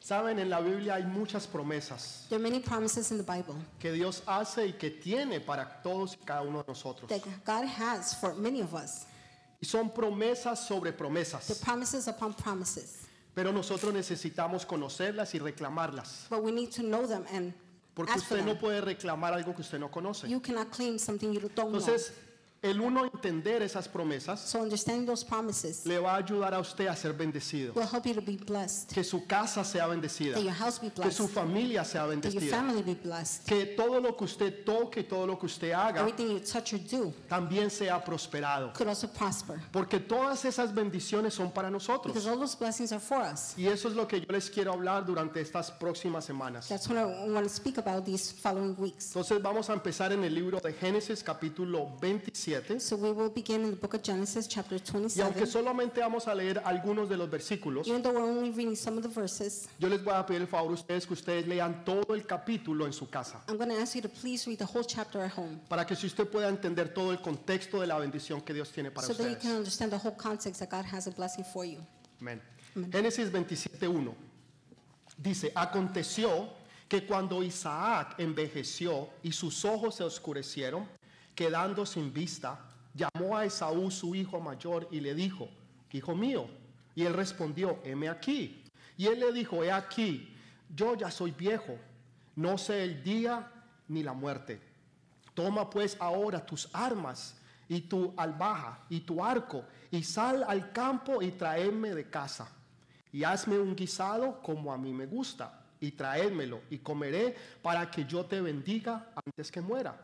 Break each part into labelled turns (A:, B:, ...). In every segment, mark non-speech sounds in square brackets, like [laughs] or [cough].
A: Saben, en la Biblia hay muchas promesas
B: There are many promises in the Bible
A: que Dios hace y que tiene para todos y cada uno de nosotros.
B: that God has for many of us.
A: Y son promesas sobre
B: The
A: promesas,
B: promises upon promises.
A: pero nosotros necesitamos conocerlas y reclamarlas,
B: But we need to know them and
A: porque
B: ask for
A: usted
B: them.
A: no puede reclamar algo que usted no conoce.
B: You cannot claim something you don't know.
A: Entonces, el uno entender esas promesas
B: So understanding those promises
A: le va a ayudar a usted a ser bendecido,
B: will help you to be blessed,
A: que su casa sea bendecida,
B: that your house be
A: que su
B: blessed,
A: familia sea
B: that your
A: bendecida,
B: family be blessed,
A: que todo lo que usted toque y todo lo que usted haga
B: everything you touch or do
A: también sea prosperado.
B: could also prosper.
A: Porque todas esas bendiciones son para
B: Because
A: nosotros.
B: all those blessings are for us.
A: Y eso es lo que yo les quiero hablar durante estas próximas semanas.
B: That's what I want to speak about these following weeks.
A: Entonces vamos a empezar en el libro de Génesis capítulo 27.
B: So we will begin in the book of Genesis, chapter
A: Y aunque
B: 27.
A: solamente vamos a leer algunos de los versículos,
B: Even though we're only reading some of the verses,
A: yo les voy a pedir el favor a ustedes que ustedes lean todo el capítulo en su casa.
B: I'm going to ask you to please read the whole chapter at home
A: Para que si usted pueda entender todo el contexto de la bendición que Dios tiene para
B: so that you can
A: ustedes.
B: understand the whole context that God has a blessing for you.
A: Amén. Génesis 27.1 dice, aconteció que cuando Isaac envejeció y sus ojos se oscurecieron, quedando sin vista, llamó a Esaú su hijo mayor y le dijo, hijo mío, y él respondió, heme aquí. Y él le dijo, he aquí, yo ya soy viejo, no sé el día ni la muerte. Toma pues ahora tus armas y tu albaja y tu arco y sal al campo y traedme de casa y hazme un guisado como a mí me gusta y traédmelo y comeré para que yo te bendiga antes que muera.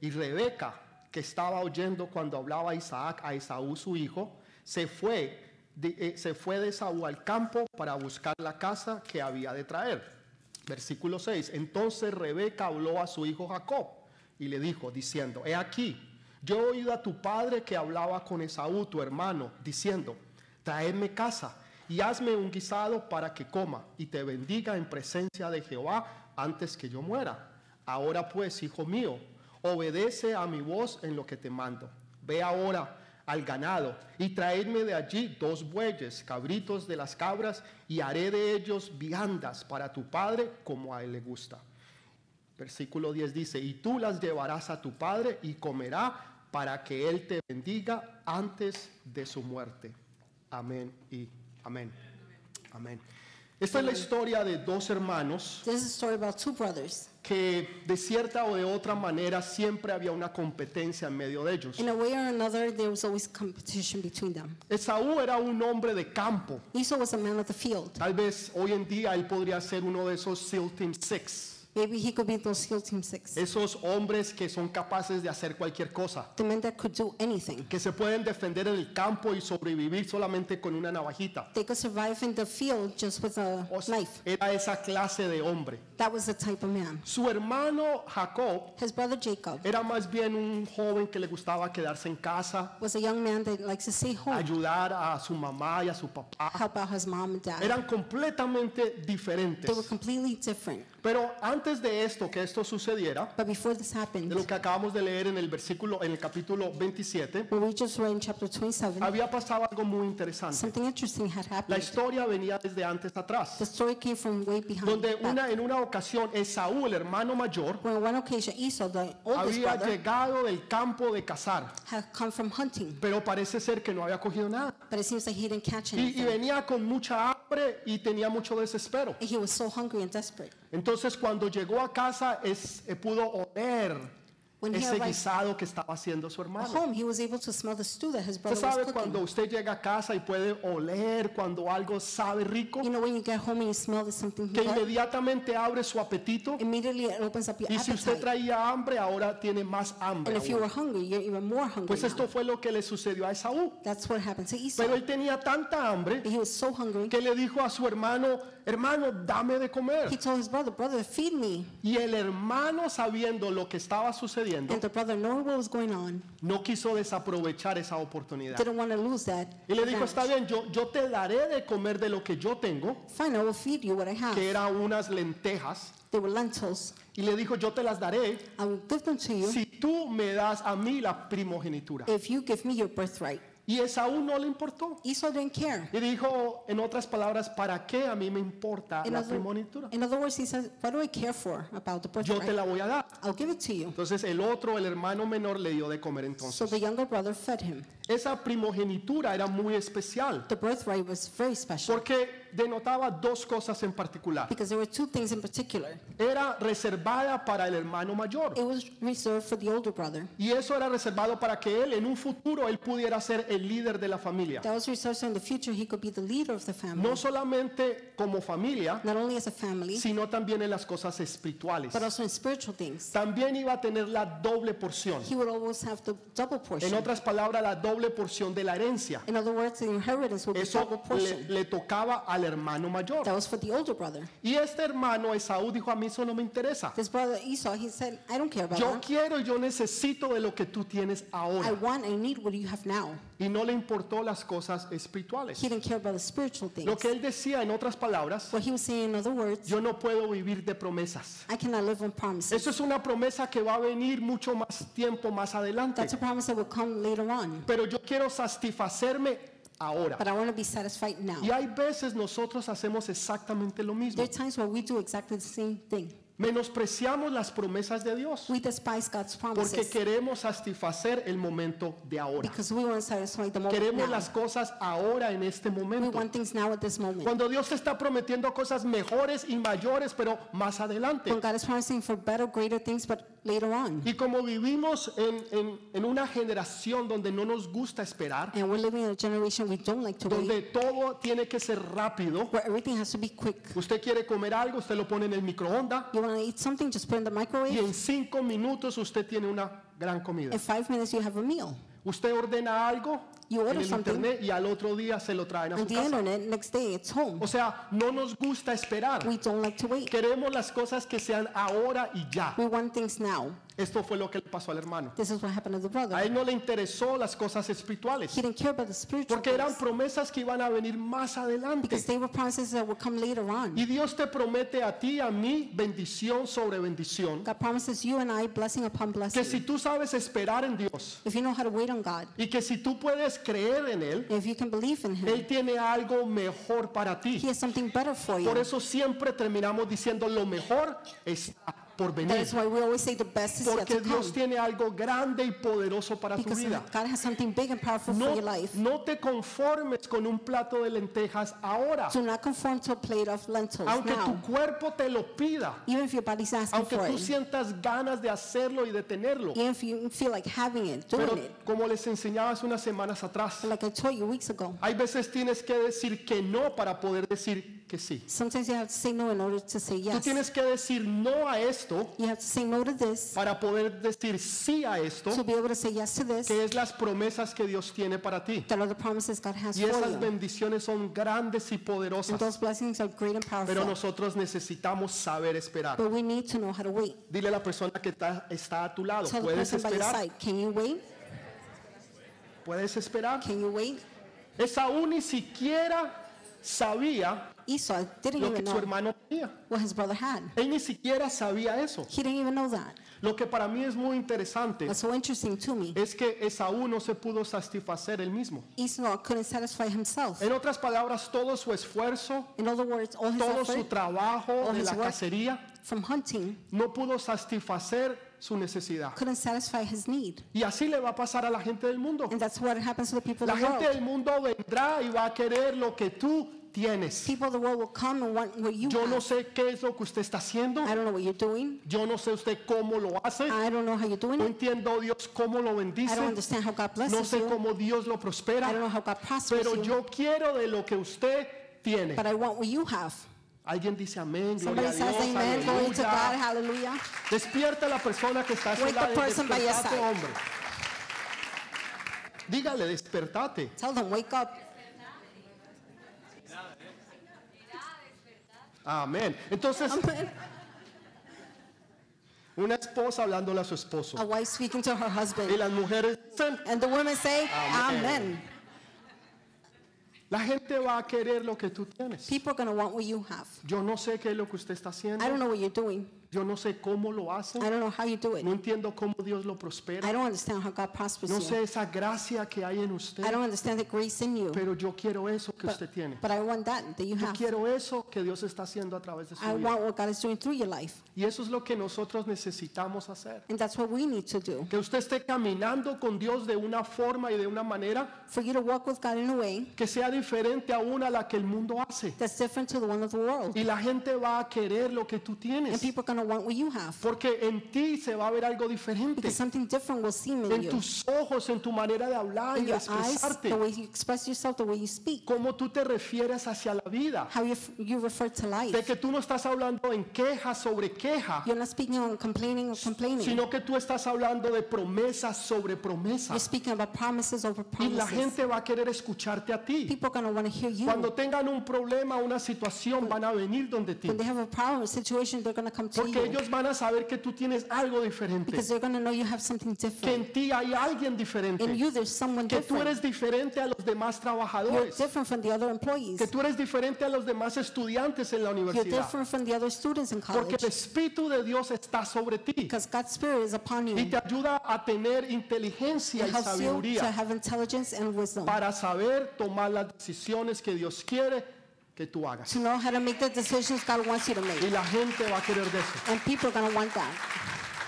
A: Y Rebeca, que estaba oyendo cuando hablaba Isaac a Esaú su hijo, se fue de, eh, se fue de Esaú al campo para buscar la casa que había de traer. Versículo 6. Entonces Rebeca habló a su hijo Jacob y le dijo, diciendo, he aquí, yo he oído a tu padre que hablaba con Esaú, tu hermano, diciendo, traedme casa y hazme un guisado para que coma y te bendiga en presencia de Jehová antes que yo muera. Ahora pues, hijo mío, obedece a mi voz en lo que te mando. Ve ahora al ganado y traedme de allí dos bueyes, cabritos de las cabras, y haré de ellos viandas para tu padre como a él le gusta. Versículo 10 dice, y tú las llevarás a tu padre y comerá para que él te bendiga antes de su muerte. Amén y amén. Amén. Esta es la historia de dos hermanos
B: This is a story about two brothers.
A: que de cierta o de otra manera siempre había una competencia en medio de ellos.
B: In a way or another, there was always competition between them.
A: Esaú era un hombre de campo.
B: Esau was a man of the field.
A: Tal vez hoy en día él podría ser uno de esos SEAL Team Six,
B: Maybe he could be those SEAL Team 6.
A: esos hombres que son capaces de hacer cualquier cosa,
B: The men that could do anything.
A: que se pueden defender en el campo y sobrevivir solamente con una navajita.
B: They could survive in the field just with a
A: O sea,
B: knife.
A: era esa clase de hombre.
B: That was the type of man.
A: Su hermano Jacob
B: His brother Jacob
A: era más bien un joven que le gustaba quedarse en casa,
B: was a young man that likes to stay home,
A: ayudar a su mamá y a su papá.
B: help out his mom and dad.
A: eran completamente
B: They were
A: diferentes.
B: completely different.
A: Pero antes de esto, que esto sucediera,
B: But before this
A: de lo
B: happened,
A: que acabamos de leer en el versículo, en el capítulo 27,
B: what we just read in chapter 27,
A: había pasado algo muy interesante.
B: something interesting had
A: La
B: happened.
A: historia venía desde antes
B: The
A: atrás,
B: story came from way behind.
A: donde
B: back.
A: una, en una ocasión Esaú, el hermano mayor,
B: Well, on one occasion, Esau, the oldest
A: había
B: brother,
A: llegado del campo de cazar,
B: had come from hunting,
A: pero parece ser que no había cogido nada.
B: but it seems like he didn't catch
A: Y, y
B: anything.
A: venía con mucha hambre y tenía mucho desespero.
B: And he was so hungry and desperate.
A: Entonces cuando llegó a casa es, eh, pudo oler
B: When he
A: ese
B: arrived-
A: guisado que estaba haciendo su
B: At
A: hermano.
B: home, he was able to smell the stew that his brother
A: Usted sabe
B: was cooking.
A: cuando usted llega a casa y puede oler cuando algo sabe rico,
B: You know, when you get home and you smell that something
A: que
B: good,
A: inmediatamente abre su apetito
B: immediately it opens up your
A: y si usted
B: appetite.
A: traía hambre ahora tiene más hambre.
B: And if you
A: aún.
B: were hungry, you're even more hungry.
A: Pues
B: now.
A: esto fue lo que le sucedió a Esaú.
B: That's what happened to Esau.
A: Pero él tenía tanta hambre
B: he was so hungry.
A: que le dijo a su hermano, hermano, dame de
B: He
A: comer.
B: told his brother, Brother, feed me.
A: Y el hermano sabiendo lo que estaba sucediendo,
B: And the brother, knowing what was going on,
A: no quiso desaprovechar esa oportunidad.
B: didn't want to lose that.
A: Y le dijo, está
B: advantage.
A: bien, yo, yo te daré de comer de lo que yo tengo,
B: Fine, I will feed you what I have.
A: que eran unas lentejas.
B: They were lentils.
A: Y le dijo, yo te las daré
B: I will give them to you
A: si tú me das a mí la primogenitura.
B: Eh. if you give me your birthright.
A: Y Esaú no le importó.
B: Esau didn't care.
A: Y dijo, en otras palabras, ¿para qué a mí me importa
B: In
A: la
B: other-
A: primogenitura?
B: In other words, he says, what do I care for about the
A: Yo te
B: birthright?
A: la voy a dar.
B: I'll give it to you.
A: Entonces el otro, el hermano menor, le dio de comer
B: So
A: entonces.
B: the younger brother fed him.
A: Esa primogenitura era muy especial
B: The birthright was very special
A: porque denotaba dos cosas en particular.
B: because there were two things in particular.
A: Era reservada para el hermano mayor
B: It was reserved for the older brother.
A: y eso era reservado para que él en un futuro él pudiera ser el líder de la familia.
B: That was reserved so in the future he could be the leader of the family,
A: No solamente como familia,
B: not only as a family,
A: sino también en las cosas espirituales.
B: but also in spiritual things.
A: También iba a tener la doble porción.
B: He would always have the double
A: En
B: portion.
A: otras palabras, la doble porción de la herencia.
B: In other words, the inheritance would be double
A: Eso le,
B: portion.
A: le tocaba al hermano mayor.
B: That was for the older brother.
A: Y este hermano Esaú dijo, a mí eso no me interesa.
B: This brother Esau, he said, I don't care about
A: Yo
B: that.
A: quiero y yo necesito de lo que tú tienes
B: I
A: ahora.
B: want and need what you have now.
A: Y no le importó las cosas espirituales.
B: He didn't care about the spiritual
A: Lo
B: things. Pues
A: que él decía, en otras palabras,
B: What he was saying, in other words,
A: yo no puedo vivir de promesas.
B: I cannot live on promises.
A: Eso es una promesa que va a venir mucho más tiempo más adelante.
B: That's a promise that will come later on.
A: Pero yo quiero satisfacerme ahora.
B: But I want to be satisfied now.
A: Y hay veces nosotros hacemos exactamente lo
B: There
A: mismo.
B: are times where we do exactly the same thing.
A: Menospreciamos las promesas de Dios
B: We despise God's
A: porque
B: promises
A: queremos satisfacer el momento de ahora.
B: because we want to satisfy the moment
A: Queremos
B: now.
A: las cosas ahora en este
B: We
A: momento.
B: want things now at this moment.
A: Cuando Dios te está prometiendo cosas mejores y mayores, pero más adelante.
B: When God is promising for better, greater things, but later on.
A: Y como vivimos en, en- en una generación donde no nos gusta esperar,
B: And we're living in a generation we don't like to wait,
A: donde todo tiene que ser rápido,
B: where everything has to be quick.
A: usted quiere comer algo, usted lo pone en el microondas
B: You want to eat something, just put it in the
A: y
B: microwave.
A: en cinco minutos usted tiene una gran comida.
B: In five minutes, you have a meal.
A: Usted ordena algo
B: You
A: en
B: order
A: el
B: something.
A: internet y al otro día se lo traen a
B: On
A: su
B: the
A: casa.
B: internet, next day, it's home.
A: O sea, no nos gusta esperar.
B: We don't like to wait.
A: Queremos las cosas que sean ahora y ya.
B: We want things now.
A: Esto fue lo que le pasó al hermano.
B: This is what happened to the brother.
A: A él no le interesó las cosas espirituales
B: He didn't care about the spiritual
A: porque eran
B: things
A: promesas que iban a venir más adelante.
B: because they were promises that will come later on.
A: Y Dios te promete a ti, y a mí, bendición sobre bendición.
B: God promises you and I blessing upon
A: Que
B: blessing.
A: si tú sabes esperar en Dios
B: If you know how to wait on God,
A: y que si tú puedes creer en Él,
B: if you can believe in Him,
A: Él tiene algo mejor para
B: He
A: ti.
B: has something better for
A: Por
B: you.
A: eso siempre terminamos diciendo lo mejor está por
B: That
A: venir.
B: is why we always say the best is yet
A: Porque
B: to
A: Dios
B: come.
A: tiene algo grande y poderoso para tu
B: Because
A: vida.
B: God has something big and powerful for
A: No,
B: your life.
A: no te conformes con un plato de lentejas ahora,
B: Do not conform to a plate of lentils
A: aunque tu
B: now,
A: cuerpo te lo pida,
B: even if your body's asking
A: aunque
B: for
A: tú
B: it,
A: sientas ganas de hacerlo y de tenerlo.
B: even if you feel like having it,
A: Pero
B: doing it.
A: como les enseñaba hace unas semanas atrás,
B: Like I told you weeks ago,
A: hay veces tienes que decir que no para poder decir que sí.
B: sometimes you have to say no in order to say
A: Tú
B: yes.
A: tienes que decir no a esto
B: You have to say no to this
A: para poder decir sí a esto,
B: to be able to say yes to this.
A: que es las promesas que Dios tiene para ti.
B: That are the promises God has
A: Y
B: for
A: esas
B: you.
A: bendiciones son grandes y
B: And those
A: poderosas,
B: blessings are great and
A: pero
B: powerful.
A: nosotros necesitamos saber esperar.
B: But we need to know how to wait.
A: Dile a la persona que está, está a tu lado,
B: Tell the
A: puedes
B: person by your
A: esperar,
B: side, can you wait?
A: puedes esperar.
B: Can you wait?
A: Esaú ni siquiera sabía
B: Esau didn't
A: lo
B: even
A: que su
B: know
A: hermano tenía.
B: what his brother had.
A: Él ni siquiera sabía eso.
B: He didn't even know that.
A: Lo que para mí es muy interesante
B: That's so interesting to me.
A: es que Esaú no se pudo satisfacer él mismo.
B: Esau couldn't satisfy himself.
A: En otras palabras, todo su esfuerzo,
B: In other words, all his
A: todo su
B: effort
A: trabajo
B: All
A: de
B: his
A: la
B: work.
A: cacería
B: from hunting
A: no pudo satisfacer su necesidad.
B: couldn't satisfy his need.
A: Y así le va a pasar a la gente del mundo.
B: And that's what happens to the people
A: La
B: of the
A: gente
B: world.
A: del mundo vendrá y va a querer lo que tú tienes.
B: People of the world will come and want what you
A: Yo no
B: have.
A: sé qué es lo que usted está haciendo.
B: I don't know what you're doing.
A: Yo no sé usted cómo lo hace.
B: I don't know how you're doing
A: No
B: it.
A: entiendo Dios cómo lo
B: I don't
A: bendice.
B: understand how God
A: No
B: blesses
A: sé
B: you.
A: cómo Dios lo
B: I don't
A: prospera.
B: know how God prospers
A: Pero
B: you.
A: yo quiero de lo que usted tiene.
B: But I want what you have.
A: Alguien dice amén, gloria
B: Somebody
A: a
B: says
A: Dios,
B: amen, glory to God,
A: aleluya.
B: hallelujah.
A: Despierta a la persona que está a su
B: Wake the
A: lado. y
B: person by your
A: Despertate,
B: side.
A: hombre. Dígale, despertate.
B: Tell them, wake up. [laughs]
A: Amén. Entonces,
B: Amen.
A: una esposa hablándole a su esposo.
B: A wife speaking to her
A: Y
B: husband.
A: las mujeres dicen,
B: And the women say,
A: Amen.
B: amen.
A: la gente va a querer lo que tú tienes.
B: People are going to want what you have.
A: Yo no sé qué es lo que usted está haciendo.
B: I don't know what you're doing.
A: Yo no sé cómo lo hacen.
B: I don't know how you do it.
A: No entiendo cómo Dios lo
B: I
A: prospera.
B: don't understand how God prospers
A: No
B: you.
A: sé esa gracia que hay en usted.
B: I don't understand the grace in you.
A: Pero yo quiero eso que
B: but,
A: usted tiene.
B: but I want that that you
A: Yo
B: have.
A: quiero eso que Dios está haciendo a través de
B: I
A: su vida.
B: want what God is doing through your life.
A: Y eso es lo que nosotros necesitamos hacer.
B: And that's what we need to do.
A: Que usted esté caminando con Dios de una forma y de una manera
B: For you to walk with God in a way
A: que sea diferente aún a la que el mundo hace.
B: that's different to the one of the world.
A: Y la gente va a querer lo que tú
B: And
A: tienes.
B: people are going to want what you have.
A: Porque en ti se va a ver algo diferente.
B: Because something different will seem in
A: En
B: you.
A: tus ojos, en tu manera de hablar y
B: In
A: de
B: your eyes, the
A: expresarte.
B: way you express yourself, the way you speak,
A: Cómo tú te refieres hacia la vida.
B: how you, you refer to life.
A: De que tú no estás hablando en queja sobre queja,
B: You're not speaking on complaining or complaining.
A: sino que tú estás hablando de promesa sobre promesa.
B: You're speaking about promises over
A: Y la
B: promises.
A: gente va a querer escucharte a ti.
B: People are going to want to hear you.
A: Cuando tengan un problema, una situación, van a venir donde ti.
B: When they have a problem or situation, they're going to come to
A: Porque
B: you.
A: ellos van a saber que tú tienes algo diferente.
B: Because they're going to know you have something
A: Que
B: different.
A: en ti hay alguien
B: In
A: diferente.
B: you, there's someone
A: Que tú
B: different.
A: eres diferente a los demás
B: You're
A: trabajadores.
B: different from the other employees.
A: Que tú eres diferente a los demás estudiantes en la
B: You're
A: universidad.
B: different from the other students in
A: Porque
B: college.
A: el Espíritu de Dios está sobre ti.
B: Because God's Spirit is upon
A: Y
B: you.
A: te ayuda a tener inteligencia
B: It
A: y
B: helps you to
A: sabiduría
B: have intelligence and wisdom.
A: para saber tomar las decisiones que Dios quiere que tú hagas.
B: To know how to make the decisions God wants you to
A: Y
B: make.
A: la gente va a querer de eso.
B: And people are going to want that.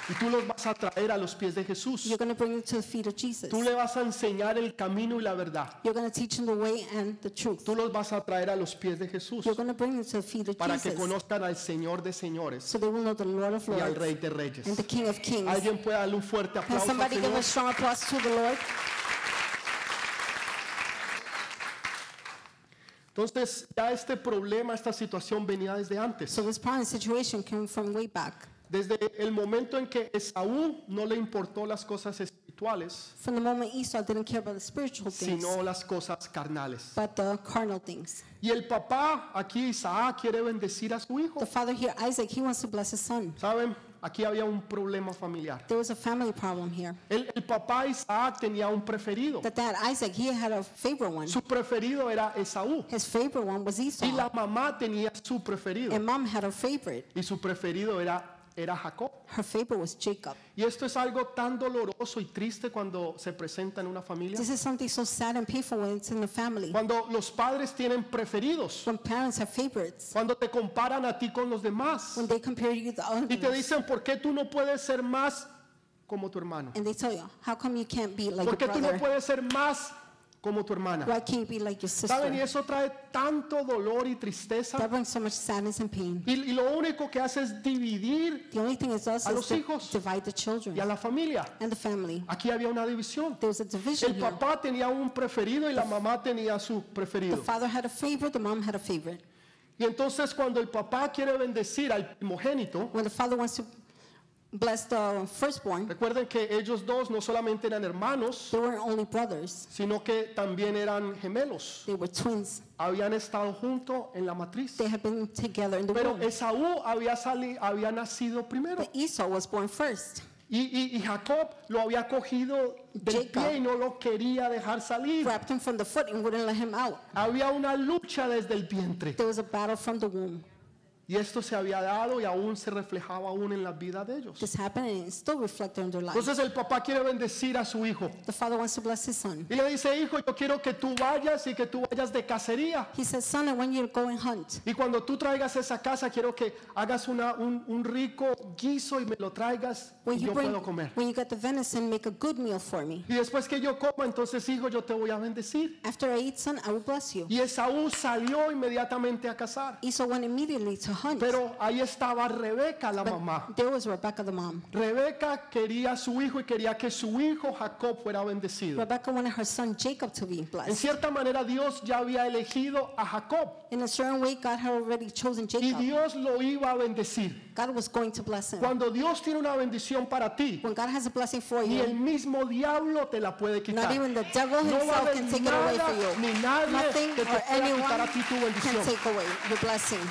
A: Y tú los vas a traer a los pies de Jesús.
B: You're going to bring them to the feet of Jesus.
A: Tú le vas a enseñar el camino y la verdad.
B: You're going to teach them the way and the truth.
A: Tú los vas a traer a los pies de Jesús
B: You're going to bring them to the feet of
A: para que
B: Jesus.
A: conozcan al Señor de señores
B: So they will know the Lord of
A: y al
B: Lords
A: Rey de reyes.
B: and the King of Kings.
A: Alguien puede darle un fuerte
B: Can
A: aplauso. al
B: somebody give
A: Señor?
B: a strong applause to the Lord?
A: Entonces, ya este problema, esta situación venía desde antes.
B: So this problem situation came from way back.
A: Desde el momento en que Esaú no le importó las cosas espirituales,
B: From the moment Esau didn't care about the spiritual things,
A: sino las cosas carnales.
B: but the carnal things.
A: Y el papá, aquí Isaac, quiere bendecir a su hijo.
B: The father here, Isaac, he wants to bless his son.
A: Saben, aquí había un problema familiar.
B: There was a family problem here.
A: El, el papá Isaac tenía un preferido.
B: The dad, Isaac, he had a favorite one.
A: Su preferido era Esaú.
B: His favorite one was
A: Y la
B: Esau.
A: mamá tenía su preferido.
B: And mom had a favorite.
A: Y su preferido era, era Jacob.
B: Her favorite was Jacob.
A: Y esto es algo tan doloroso y triste cuando se presenta en una familia.
B: This is something so sad and painful when it's in the family.
A: Cuando los padres tienen preferidos.
B: When parents have favorites,
A: Cuando te comparan a ti con los demás.
B: when they compare you to
A: Y te
B: others,
A: dicen, ¿por qué tú no puedes ser más como tu hermano?
B: and they tell you, how come you can't be like
A: ¿Por qué
B: your
A: tú no
B: brother?
A: puedes ser más como tu hermana?
B: Why can't you be like your
A: ¿Saben? Y
B: sister?
A: eso trae tanto dolor y tristeza.
B: That brings so much sadness and pain.
A: Y, y lo único que hace es dividir
B: The only thing it does
A: A
B: is
A: los
B: to
A: hijos.
B: divide
A: y
B: the
A: a
B: children
A: la familia.
B: and the family.
A: Aquí había una división.
B: There was a division
A: El
B: here.
A: papá tenía un preferido y la mamá tenía su
B: The
A: preferido.
B: father had a favorite, the mom had a favorite.
A: Y entonces cuando el papá quiere bendecir al primogénito,
B: When the father wants to bless the firstborn,
A: recuerden que ellos dos no solamente eran hermanos,
B: they weren't only brothers,
A: sino que también eran gemelos.
B: they were twins.
A: Habían estado juntos en la matriz.
B: They had been together in the
A: Pero
B: womb.
A: Esaú había, sali- había nacido primero
B: But Esau was born first.
A: y, y- y Jacob lo había cogido del
B: Jacob.
A: pie y no lo quería dejar salir.
B: Grabbed him from the foot and wouldn't let him out.
A: Había una lucha desde el vientre.
B: There was a battle from the womb.
A: Y esto se había dado y aún se reflejaba aún en la vida de ellos.
B: This happened and it still reflected in their life.
A: Entonces el papá quiere bendecir a su hijo.
B: The father wants to bless his son.
A: Y le dice, hijo, yo quiero que tú vayas y que tú vayas de cacería.
B: He says, Son, I want you to go and hunt.
A: Y cuando tú traigas esa casa, quiero que hagas una- un, un rico guiso y me lo traigas
B: When
A: y
B: you,
A: yo
B: bring,
A: puedo comer.
B: when you get the venison, make a good meal for me.
A: Y después que yo coma, entonces, hijo, yo te voy a bendecir.
B: After I eat, son, I will bless you.
A: Y Esaú salió inmediatamente a cazar.
B: Esau went immediately to hunt.
A: Pero ahí estaba Rebeca, la mamá.
B: but there was Rebecca, the mom.
A: Rebeca quería a su hijo y quería que su hijo Jacob fuera bendecido.
B: Rebecca wanted her son Jacob to be
A: En
B: blessed.
A: cierta manera Dios ya había elegido a Jacob
B: In a certain way, God had already chosen
A: y
B: Jacob.
A: Dios lo iba a bendecir.
B: God was going to bless him.
A: Cuando Dios tiene una bendición para ti,
B: When God has a blessing for
A: ni el
B: you,
A: mismo diablo te la puede quitar.
B: not even the devil
A: No va a haber
B: himself can take it away
A: nada
B: from you.
A: ni nadie
B: Nothing
A: que te
B: or
A: pueda
B: anyone
A: quitar a ti tu
B: can
A: bendición.
B: take away your blessing.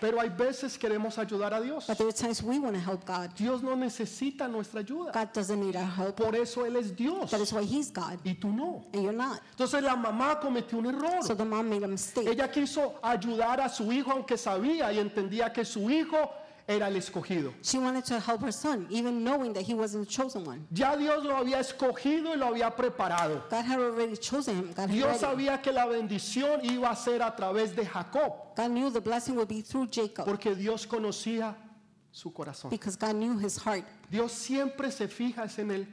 A: Pero hay veces queremos ayudar a Dios.
B: But there are times we want to help God.
A: Dios no necesita nuestra ayuda.
B: God doesn't need our help.
A: Por eso Él es Dios
B: That is why He's God,
A: y tú no.
B: and you're not.
A: Entonces la mamá cometió un error.
B: So the mom made a mistake.
A: Ella quiso ayudar a su hijo aunque sabía y entendía que su hijo era el escogido.
B: She wanted to help her son, even knowing that he wasn't the chosen one.
A: Ya Dios lo había escogido y lo había preparado.
B: God had already chosen him. God, had
A: Dios
B: already,
A: sabía que la bendición iba a ser a través de Jacob,
B: God knew the blessing would be through Jacob
A: porque Dios conocía su corazón.
B: because God knew his heart.
A: Dios siempre se fija es en el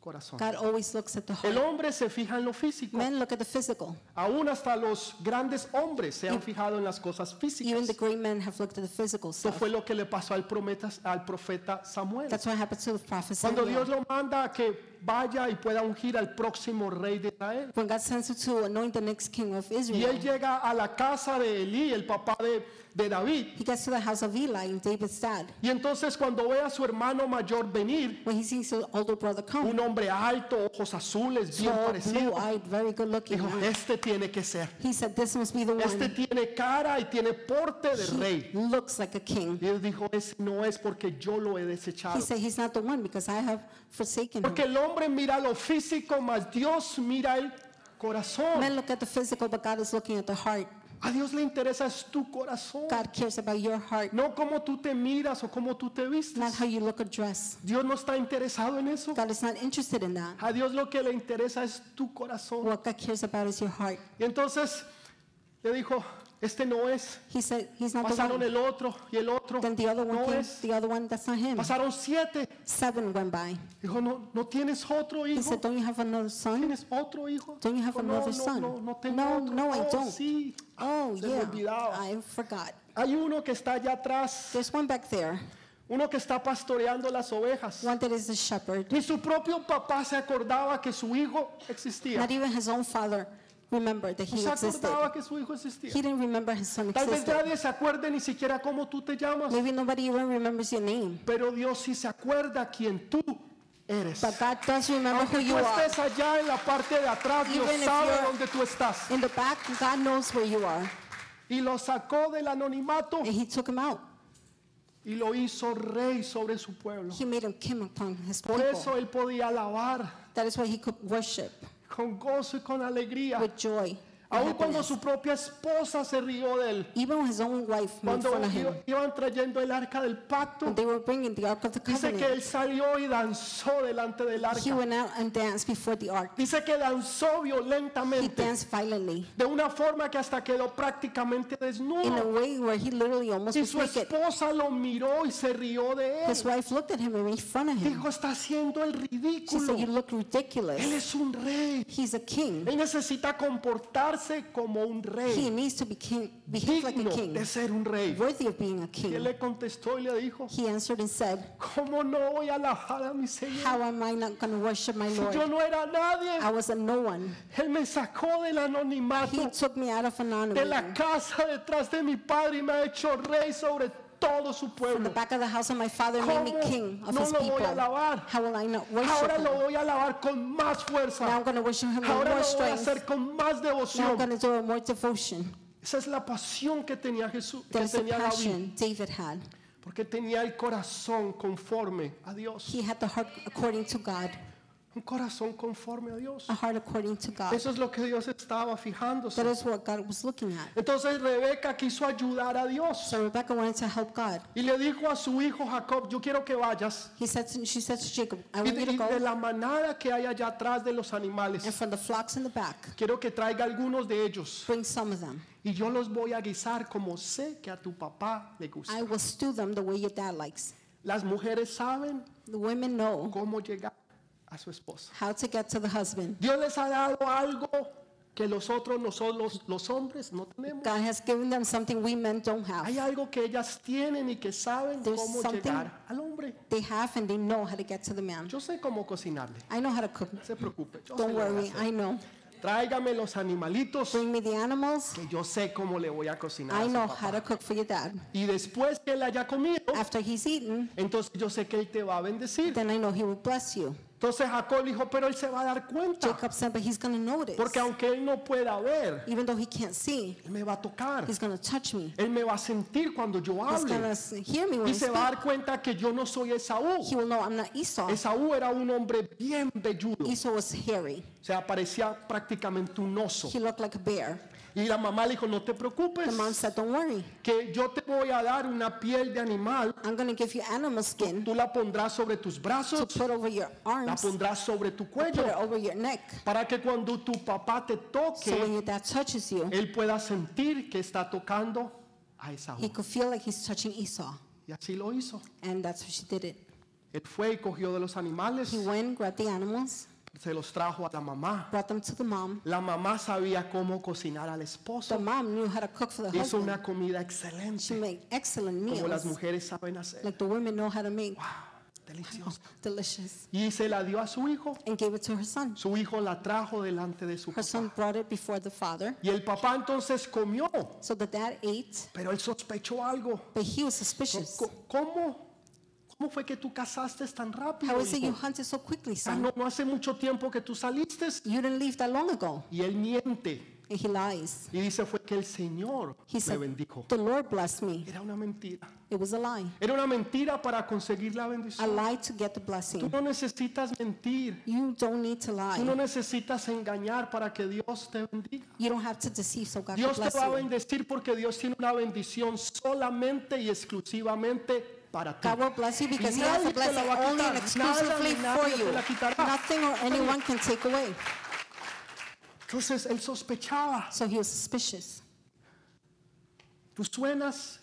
A: corazón.
B: God always looks at the
A: El
B: heart.
A: hombre se fija en lo físico.
B: Men look at the physical.
A: Aún hasta los grandes hombres se han fijado en las cosas
B: Even
A: físicas.
B: the great men have looked at the physical
A: Esto
B: stuff.
A: fue lo que le pasó al, prometas- al profeta Samuel.
B: That's what happened to the prophet
A: Cuando
B: Samuel.
A: Dios lo manda a que vaya y pueda ungir al próximo rey de Israel.
B: when God sends him to anoint the next king of
A: Y
B: Israel,
A: él llega a la casa de Elí, el papá de, de David.
B: he gets to the house of Eli, David's dad.
A: Y entonces cuando ve a su hermano mayor venir,
B: When he sees his older brother come,
A: un hombre alto, ojos azules, bien
B: tall,
A: parecido,
B: blue-eyed, very good-looking
A: dijo,
B: man,
A: este tiene que ser.
B: he said, "This must be the
A: Este
B: one.
A: tiene cara y tiene porte de
B: He
A: rey.
B: looks like a king."
A: Y él dijo, ese no es porque yo lo he
B: He
A: desechado.
B: said, "He's not the one because I have forsaken
A: Porque
B: him."
A: el hombre mira lo físico, mas Dios mira el
B: Men
A: corazón.
B: look at the physical, but God is looking at the heart.
A: A Dios le interesa es tu corazón.
B: God cares about your heart,
A: No cómo tú te miras o cómo tú te
B: not
A: vistes.
B: how you look or dress.
A: Dios no está interesado en eso.
B: God is not interested in that.
A: A Dios lo que le interesa es tu corazón.
B: What God cares about is your heart.
A: Y entonces le dijo, este no es.
B: He said, "He's not the
A: Pasaron
B: one."
A: el otro y el otro.
B: Then the other one
A: No
B: came.
A: es.
B: The other one, that's not him.
A: Pasaron siete.
B: Seven went by.
A: Dijo, no, no tienes otro
B: He
A: hijo.
B: said, "Don't you have another son?"
A: ¿Tienes otro hijo?
B: Don't you have
A: Dijo, no,
B: another
A: no,
B: son?
A: no, no tengo
B: No,
A: otro.
B: no, I
A: "Oh,
B: don't."
A: sí.
B: Oh,
A: Se me
B: yeah.
A: olvidaba.
B: I forgot.
A: Hay uno que está allá atrás,
B: There's one back there.
A: uno que está pastoreando las ovejas.
B: One that is a shepherd.
A: Ni su propio papá se acordaba que su hijo existía.
B: Not even his own father remembered that
A: No
B: he
A: se
B: existed.
A: acordaba que su hijo existía.
B: He didn't remember his son
A: Tal vez
B: existed.
A: nadie se acuerde ni siquiera cómo tú te llamas,
B: Maybe nobody even remembers your name.
A: pero Dios sí se acuerda quién tú eres.
B: But God does remember
A: Aunque
B: who you
A: tú
B: are.
A: estés allá en la parte de atrás, Dios
B: Even if
A: sabe
B: you're-
A: dónde tú estás.
B: In the back, God knows where you are.
A: Y lo sacó del anonimato
B: And he took him out.
A: y lo hizo rey sobre su pueblo.
B: He made him king upon his
A: Por eso
B: people.
A: él podía alabar
B: That is why he could worship
A: con gozo y con alegría.
B: with joy. and
A: Aún cuando
B: happiness.
A: su propia esposa se rió de él.
B: Even when his own wife made
A: Cuando
B: fun of him.
A: i- iban trayendo el arca del
B: When
A: pacto,
B: they were bringing the Ark of the
A: dice que
B: Covenant,
A: él salió y danzó delante del
B: he
A: arca.
B: went out and danced before the Ark.
A: Dice que danzó
B: He
A: violentamente,
B: danced violently
A: de una forma que hasta quedó prácticamente
B: in a
A: desnudo.
B: way where he literally almost
A: Y
B: was
A: su
B: naked.
A: esposa lo miró y se rió de él.
B: His wife looked at him and made fun of him.
A: Dijo, está haciendo el
B: She
A: ridículo.
B: said, You look
A: Él
B: ridiculous.
A: es un rey.
B: He's a king.
A: Él necesita comportarse como un
B: He
A: rey,
B: needs to be king, behave like a
A: digno de
B: king,
A: ser un rey.
B: worthy of being
A: Y
B: a
A: él
B: king.
A: le contestó y le dijo,
B: He answered and said,
A: ¿cómo no voy a alabar a mi Señor?
B: How am I not going to worship my
A: Si yo
B: Lord?
A: no era nadie,
B: I was a no one.
A: Él me sacó del
B: He
A: anonimato
B: took me out of
A: de la
B: anonymity.
A: casa detrás de mi padre y me ha hecho rey sobre todo su
B: From the
A: pueblo.
B: back of the house of my father made me
A: ¿Cómo
B: king of
A: no
B: his
A: lo voy a
B: people.
A: alabar?
B: How will I not worship
A: Ahora
B: him?
A: lo voy a alabar con más
B: Now
A: fuerza.
B: I'm going to worship him with
A: Ahora
B: more
A: lo voy a
B: strength.
A: hacer con más
B: Now I'm
A: devoción.
B: going to do it with more devotion.
A: Esa es la pasión que tenía Jesús, que
B: That's the
A: tenía David,
B: passion David had.
A: porque tenía el corazón conforme a Dios,
B: He had the heart according to God,
A: un corazón conforme a Dios.
B: a heart according to God.
A: Eso es lo que Dios estaba
B: That
A: fijándose.
B: is what God was looking at.
A: Entonces Rebeca quiso ayudar a Dios
B: So Rebecca wanted to help God.
A: y le dijo a su hijo Jacob, yo quiero que vayas
B: He said to, she said to Jacob, I
A: y
B: want
A: de,
B: you to
A: y de
B: go
A: la manada que hay allá atrás de los
B: and
A: animales,
B: from the flocks in the back,
A: quiero que traiga algunos de ellos
B: bring some of them.
A: y yo los voy a guisar como sé que a tu papá le gusta.
B: I will stew them the way your dad likes.
A: Las mujeres saben
B: The women know
A: cómo llegar a su esposa.
B: how to get to the husband.
A: Dios les ha dado algo que los otros, nosotros los hombres no tenemos.
B: God has given them something we men don't
A: Hay
B: have.
A: algo que ellas tienen y que saben
B: There's
A: cómo
B: something-
A: llegar al hombre.
B: They have and they know how to get to the man.
A: Yo sé cómo cocinarle.
B: I know how to cook.
A: No se preocupe. yo se
B: Don't
A: lo voy a
B: worry,
A: hacer.
B: I know.
A: Tráigame los animalitos
B: Bring me the animals.
A: que yo sé cómo le voy a cocinar. a
B: I
A: su
B: know
A: papá.
B: how to cook for your dad.
A: Y después que él haya comido,
B: Ah. After he's eaten,
A: entonces yo sé que él te va a bendecir.
B: then I know he will bless you.
A: Entonces Jacob dijo, pero él se va a dar cuenta,
B: Jacob said, but he's going to notice.
A: porque aunque él no pueda ver,
B: Even though he can't see,
A: él me va a tocar,
B: he's going to touch me.
A: él me va a sentir cuando yo
B: He's
A: hable
B: going to hear me when
A: y
B: I
A: se va a
B: speak.
A: dar cuenta que yo no soy Esaú.
B: He will know I'm not Esau.
A: Esaú era un hombre bien velludo, o
B: Esau was hairy.
A: sea, parecía prácticamente un oso.
B: He looked like a bear.
A: Y la mamá le dijo, no te
B: The mom
A: preocupes,
B: said, don't worry.
A: que yo te voy a dar una piel de animal,
B: I'm going to give you animal skin
A: tú la pondrás sobre tus
B: to
A: brazos,
B: put over your
A: la
B: arms, to
A: pondrás sobre tu
B: put it
A: cuello,
B: over your neck.
A: para que cuando tu papá te
B: So when
A: toque,
B: your dad touches you,
A: él pueda sentir que está tocando a
B: he
A: Esaú.
B: could feel like he's touching Esau.
A: Y así lo hizo.
B: And that's how she did it.
A: Él fue y cogió de los animales,
B: He went, grabbed the animals,
A: se los trajo a la mamá.
B: brought them to the mom.
A: La mamá sabía cómo cocinar al
B: The
A: esposo.
B: mom knew how to cook for the
A: Hizo
B: husband.
A: una comida
B: She
A: excelente,
B: made excellent
A: como las
B: meals,
A: mujeres saben hacer.
B: like the women know how to make.
A: ¡Wow! Delicioso.
B: [laughs] Delicious.
A: Y se la dio a su hijo.
B: And gave it to her son.
A: Su hijo la trajo delante de su
B: Her son
A: papá.
B: brought it before the father.
A: Y el papá entonces comió,
B: So the dad ate,
A: pero él sospechó algo.
B: but he was suspicious.
A: Co- ¿Cómo? ¿Cómo fue que tú casaste tan rápido?
B: How is it
A: hijo?
B: you hunted so quickly,
A: Ah,
B: son?
A: no, no hace mucho tiempo que tú saliste.
B: You didn't leave that long ago.
A: Y él miente.
B: And he lies.
A: Y dice fue que el Señor
B: He
A: me
B: said,
A: bendijo.
B: The Lord blessed me.
A: Era una mentira.
B: It was a lie.
A: Era una mentira para conseguir la
B: I
A: bendición.
B: lied to get the
A: Tú
B: blessing.
A: no necesitas mentir.
B: You don't need to
A: Tú no
B: lie.
A: necesitas engañar para que Dios te bendiga.
B: You don't have to deceive so God can
A: Dios te
B: bless
A: va a
B: you.
A: bendecir porque Dios tiene una bendición solamente y exclusivamente para ti.
B: God will bless you because he has
A: Nadie
B: a
A: te la
B: blessing
A: va a
B: only and
A: quitar. Nada
B: exclusively
A: ni nadie
B: for
A: te
B: you.
A: la quitará.
B: Nothing or anyone can take away.
A: Entonces él sospechaba.
B: So he was suspicious.
A: Tú suenas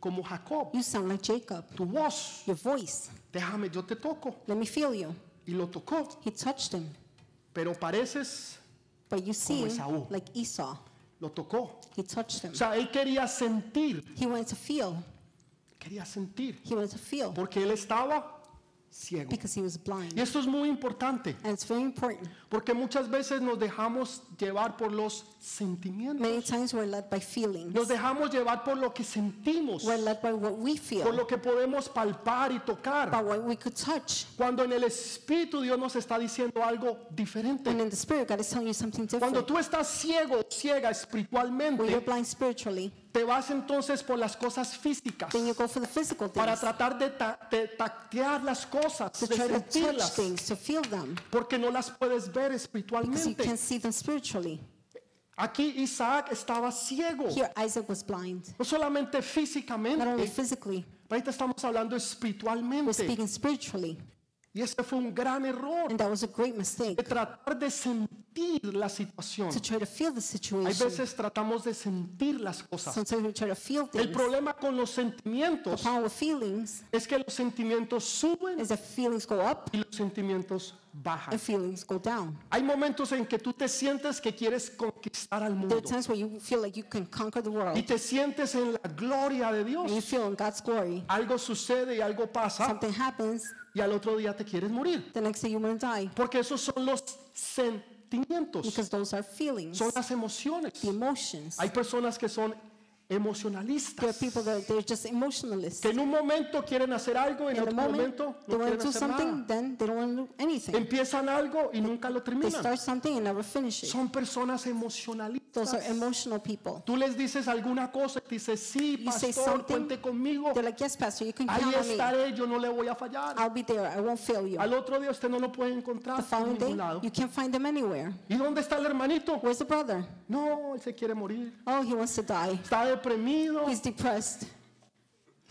A: como Jacob.
B: You sound like Jacob.
A: Tu voz.
B: Your voice.
A: Déjame, yo te toco.
B: Let me feel you.
A: Y lo tocó.
B: He touched him.
A: Pero pareces,
B: But you see,
A: Esaú.
B: like Esau,
A: lo tocó.
B: he touched him.
A: O sea, él quería sentir.
B: He wanted to feel.
A: Quería sentir.
B: He wanted to feel
A: Porque él estaba ciego.
B: because he was blind.
A: Y esto es muy importante.
B: And it's very important.
A: Porque muchas veces nos dejamos llevar por los sentimientos.
B: Many times we're led by feelings.
A: Nos dejamos llevar por lo que sentimos,
B: We're led by what we
A: por
B: feel,
A: lo que podemos palpar y
B: by
A: tocar.
B: what we could touch.
A: Cuando en el Espíritu Dios nos está diciendo algo diferente.
B: And in the spirit, God is telling you something
A: Cuando
B: different.
A: tú estás ciego, o ciega
B: When you're
A: espiritualmente,
B: blind spiritually,
A: te vas entonces por las cosas físicas
B: then you go for the physical
A: para
B: things,
A: tratar de, ta- de tactear las cosas,
B: to
A: de
B: try to touch
A: sentirlas,
B: things, to feel them,
A: porque no las puedes ver
B: because you
A: espiritualmente.
B: can't see them spiritually.
A: Aquí Isaac estaba ciego,
B: Here, Isaac was blind,
A: no solamente
B: not only
A: físicamente,
B: physically,
A: pero ahorita estamos hablando
B: we're
A: espiritualmente.
B: speaking spiritually.
A: Y ese fue un gran error
B: And that was a great mistake
A: de tratar de sentir la situación.
B: to try to feel the
A: Hay
B: situation.
A: veces tratamos de sentir las cosas.
B: Sometimes we try to feel
A: El
B: things.
A: problema con los
B: The
A: sentimientos
B: problem with feelings
A: es que los sentimientos suben
B: is that feelings go up
A: y los sentimientos bajan.
B: and feelings go down.
A: Hay momentos en que tú te sientes que quieres conquistar al
B: There are
A: mundo
B: times where you feel like you can conquer the world
A: y
B: and
A: te sientes en la gloria de
B: you
A: Dios.
B: feel in God's glory.
A: Algo sucede y algo pasa
B: Something happens,
A: y al otro día te quieres morir.
B: the next day you want to die
A: Porque esos son los sentimientos,
B: because those are feelings,
A: son
B: the
A: las emociones.
B: emotions.
A: Hay personas que son
B: There are
A: emocionalistas,
B: people that they're just emotionalists.
A: que en un momento quieren hacer algo, en
B: In the
A: otro
B: moment,
A: momento
B: they
A: no
B: want
A: quieren
B: to do
A: hacer
B: something,
A: nada.
B: then they don't want to do anything.
A: Empiezan algo y nunca lo
B: They
A: terminan.
B: start something and never finish it.
A: Son personas
B: Those are
A: emocionalistas.
B: emotional people.
A: Tú les dices alguna cosa y dices, sí,
B: You say
A: pastor,
B: something,
A: cuente conmigo.
B: They're like, yes, pastor, you can
A: Ahí
B: count on me.
A: estaré, yo no le voy a fallar.
B: I'll be there. I won't fail you.
A: Al otro día usted no lo puede
B: The
A: encontrar por
B: following day,
A: ningún lado.
B: you can't find them anywhere.
A: ¿Y dónde está el hermanito?
B: Where's the brother?
A: No, él se quiere morir.
B: Oh, he wants to die.
A: Está deprimido
B: He's depressed.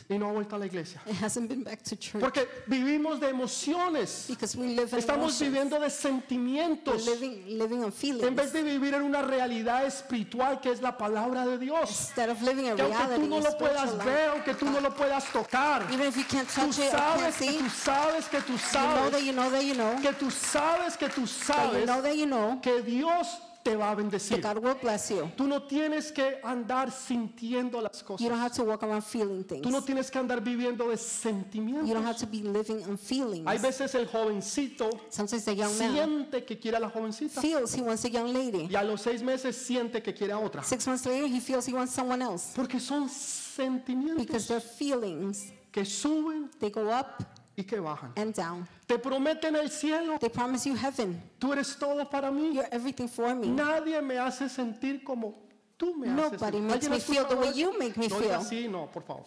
A: y no ha vuelto a la iglesia.
B: It hasn't been back to church
A: Porque vivimos de emociones.
B: because we live in
A: Estamos
B: emotions.
A: viviendo de
B: We're
A: sentimientos.
B: living, living on
A: En vez
B: feelings
A: de vivir en una realidad espiritual que es la palabra de Dios.
B: instead of living a
A: Que aunque
B: reality.
A: tú no
B: a
A: lo puedas
B: spiritual life.
A: ver, aunque tú no lo puedas tocar,
B: Even if you can't
A: tú
B: touch it or can't
A: sabes
B: see,
A: que
B: you
A: tú sabes que tú
B: know that
A: sabes
B: you know that you know,
A: que tú sabes que tú
B: that you
A: sabes
B: know that you know,
A: que Dios te va a
B: that
A: bendecir.
B: God will bless you.
A: Tú no tienes que andar sintiendo las
B: You don't
A: cosas.
B: have to walk around feeling things.
A: Tú no tienes que andar viviendo de
B: You don't have
A: sentimientos.
B: to be living on feelings.
A: Hay veces el jovencito
B: Sometimes a young man
A: siente que quiere a la jovencita
B: feels he wants a young lady.
A: y a los seis meses siente que quiere a otra.
B: Six months later, he feels he wants someone else
A: Porque son sentimientos
B: because their feelings
A: que suben
B: they go up
A: y que bajan.
B: and down.
A: Te prometen el cielo.
B: They promise you heaven.
A: Tú eres todo para mí.
B: You're everything for me.
A: Nadie me hace sentir como tú me haces.
B: Nobody
A: sentir.
B: makes
A: ¿Alguien
B: me
A: ha
B: feel the
A: escuchado
B: way
A: eso?
B: you make me
A: no, diga
B: feel.
A: así, no, por favor.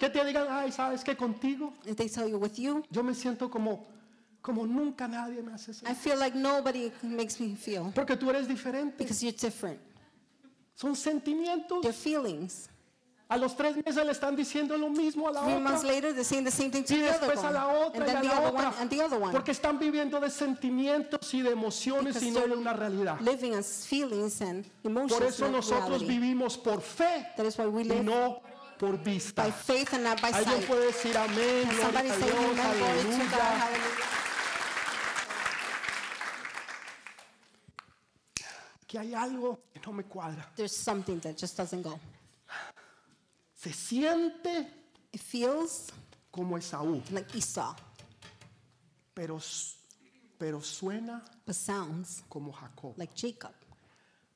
A: Que te digan, ay, sabes que contigo
B: If they tell you with you,
A: yo me siento como, como nunca nadie me hace sentir.
B: I feel like nobody makes me feel
A: Porque tú eres diferente.
B: because you're different.
A: Son sentimientos.
B: Your feelings.
A: A los tres meses le están diciendo lo mismo a la
B: Three months
A: otra.
B: later, they're saying the same thing to
A: Y
B: the other
A: después a
B: one,
A: la otra
B: and
A: y a
B: then the
A: la
B: other
A: otra.
B: one, and the other one.
A: Porque están viviendo de sentimientos y de emociones
B: Because
A: y no de
B: they're
A: una realidad.
B: Living as feelings and emotions.
A: Por eso
B: not
A: nosotros
B: reality.
A: vivimos por fe
B: That is why we
A: y
B: live
A: no por vista.
B: by faith and not by
A: Alguien
B: sight.
A: puede decir amén,
B: Can
A: gloria a
B: somebody say
A: Dios,
B: amen, glory to God,
A: aleluya.
B: hallelujah.
A: Que hay algo que no me cuadra.
B: There's something that just doesn't go.
A: Se siente
B: It feels
A: como Esaú,
B: like Esau,
A: pero, s- pero suena
B: but sounds
A: como Jacob.
B: like Jacob.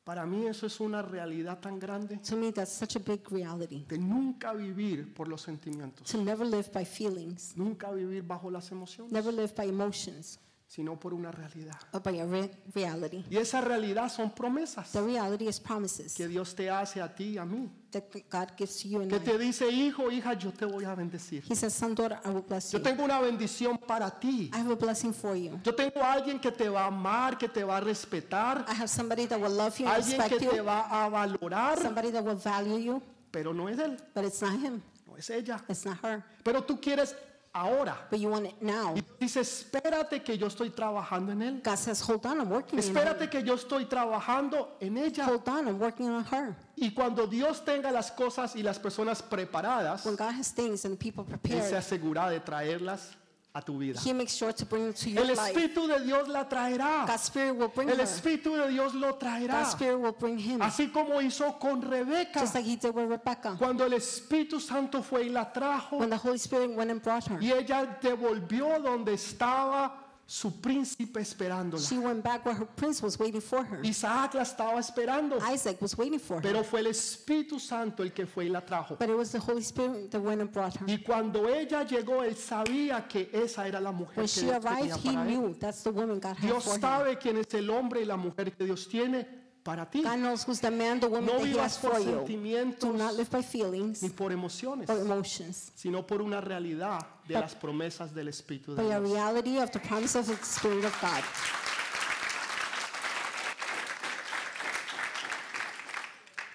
A: Para mí eso es una realidad tan grande
B: To me, that's such a big reality.
A: de nunca vivir por los sentimientos,
B: To never live by feelings,
A: nunca vivir bajo las emociones,
B: never live by emotions,
A: sino por una realidad.
B: but by a re- reality.
A: Y esa realidad son promesas
B: The reality is promises
A: que Dios te hace a ti y a mí.
B: that God gives to you and
A: Que
B: I.
A: te dice, hijo, hija, yo te voy a bendecir.
B: He says, son, daughter, I will bless
A: Yo
B: you.
A: tengo una bendición para ti.
B: I have a blessing for you.
A: Yo tengo a alguien que te va a amar, que te va a respetar,
B: I have somebody that will love you and
A: alguien que
B: respect
A: te
B: you,
A: va a valorar,
B: somebody that will value you,
A: pero no es él,
B: but it's not him.
A: no es ella.
B: It's not her.
A: Pero tú quieres ahora.
B: But you want it now.
A: Y dice, espérate que yo estoy trabajando en él.
B: God says, hold on, I'm working on her.
A: Espérate que yo estoy trabajando en ella.
B: Hold on, I'm working on her.
A: Y cuando Dios tenga las cosas y las personas preparadas,
B: When God has things and people
A: Él se
B: prepared,
A: asegura de traerlas a tu vida.
B: He makes sure to bring it to your
A: El
B: life.
A: Espíritu de Dios la traerá.
B: God's Spirit will bring
A: El
B: her.
A: Espíritu de Dios lo traerá.
B: God's Spirit will bring him.
A: Así como hizo con Rebeca.
B: Just like He did with Rebecca.
A: Cuando el Espíritu Santo fue y la trajo
B: When the Holy Spirit went and brought her,
A: y ella devolvió donde estaba su príncipe esperándola.
B: she went back where her prince was waiting for her.
A: Isaac la estaba esperando,
B: Isaac was waiting for her.
A: pero fue el Espíritu Santo el que fue y la trajo.
B: But it was the Holy Spirit that went and brought her.
A: Y cuando ella llegó, él sabía que esa era la mujer
B: When
A: que
B: she
A: Dios tenía
B: arrived, he
A: para él.
B: knew that's the woman God had
A: Dios
B: for him.
A: sabe quién es el hombre y la mujer que Dios tiene para ti.
B: God knows who's the man, the woman
A: No
B: that he
A: vivas
B: has
A: por
B: for you. Do not
A: sentimientos
B: live by feelings
A: ni por emociones,
B: or emotions,
A: sino por una realidad de las promesas del Espíritu de
B: but a
A: Dios.
B: reality of the promise of the Spirit of God.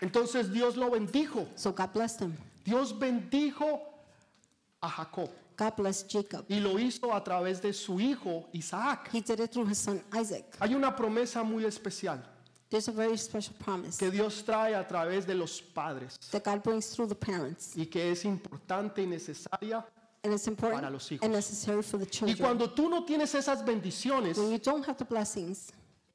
A: Entonces Dios lo bendijo.
B: So God blessed him.
A: Dios bendijo a Jacob
B: God blessed Jacob.
A: y lo hizo a través de su hijo Isaac.
B: He did it through his son Isaac.
A: Hay una promesa muy especial
B: There's a very special promise
A: que Dios trae a través de los padres
B: that God brings through the parents,
A: y que es importante y necesaria.
B: and it's
A: Para
B: important
A: los hijos.
B: and necessary for the
A: Y
B: children.
A: cuando tú no tienes esas bendiciones,
B: When you don't have the blessings,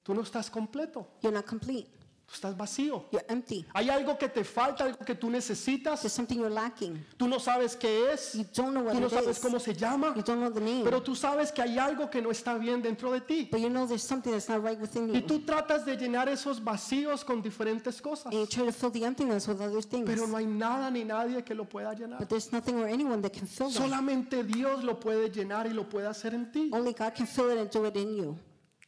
A: tú no estás completo,
B: you're not complete.
A: tú estás vacío.
B: You're empty.
A: Hay algo que te falta, algo que tú
B: There's
A: necesitas,
B: something you're lacking.
A: tú no sabes qué es,
B: You don't know what
A: tú no
B: it
A: sabes
B: is.
A: cómo se llama,
B: You don't know the name.
A: pero tú sabes que hay algo que no está bien dentro de ti.
B: But you know there's something that's not right within you.
A: Y tú tratas de llenar esos vacíos con diferentes cosas,
B: and you try to fill the emptiness with other things.
A: pero no hay nada ni nadie que lo pueda llenar.
B: but there's nothing or anyone that can fill that.
A: Solamente Dios lo puede llenar y lo puede hacer en ti.
B: Only God can fill it and do it in you.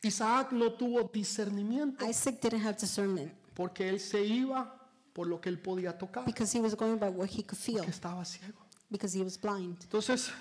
A: Isaac no tuvo discernimiento
B: Isaac didn't have discernment
A: porque él se iba por lo que él podía tocar,
B: because he was going by what he could feel
A: que estaba ciego.
B: because he was blind.
A: Entonces,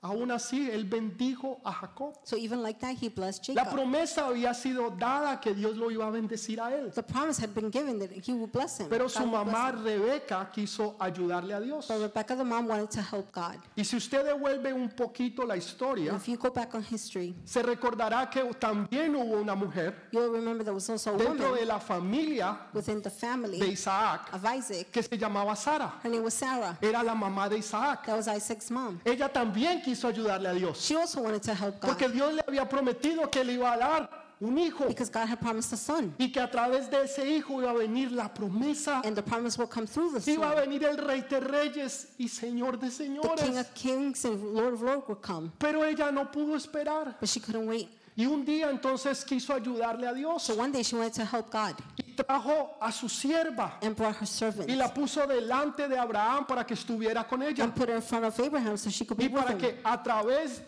A: aún así, él bendijo a Jacob.
B: So even like that, he blessed
A: La
B: Jacob.
A: promesa había sido dada que Dios lo iba a bendecir a él.
B: The promise had been given that he would bless him.
A: Pero
B: God
A: su
B: would bless
A: mamá
B: him.
A: Rebeca quiso ayudarle a Dios.
B: But Rebecca, the mom, wanted to help God.
A: Y si usted devuelve un poquito la
B: And
A: historia,
B: if you go back on history,
A: se recordará que también hubo una mujer
B: you'll remember there was also a
A: dentro
B: woman
A: de la familia
B: within the
A: de
B: family
A: Isaac
B: of Isaac.
A: que se llamaba Sara.
B: Her name was Sarah.
A: Era la mamá de Isaac.
B: That was Isaac's mom.
A: Ella también quiso ayudarle a Dios.
B: She also wanted to help God
A: Porque Dios le había prometido que le iba a dar un hijo
B: because God had promised a son.
A: y que a través de ese hijo iba a venir la promesa
B: And the promise will come through the
A: Iba a
B: son.
A: venir el rey de reyes y señor de
B: The King
A: señores.
B: of Kings and Lord of Lords will come.
A: Pero ella no pudo esperar.
B: But she couldn't wait.
A: Y un día entonces quiso ayudarle a Dios.
B: So one day she wanted to help God.
A: Y trajo a su sierva
B: and brought her servant
A: y la puso delante de Abraham para que estuviera con ella
B: and put her in front of Abraham so she could
A: y
B: be with
A: para
B: him.
A: que a través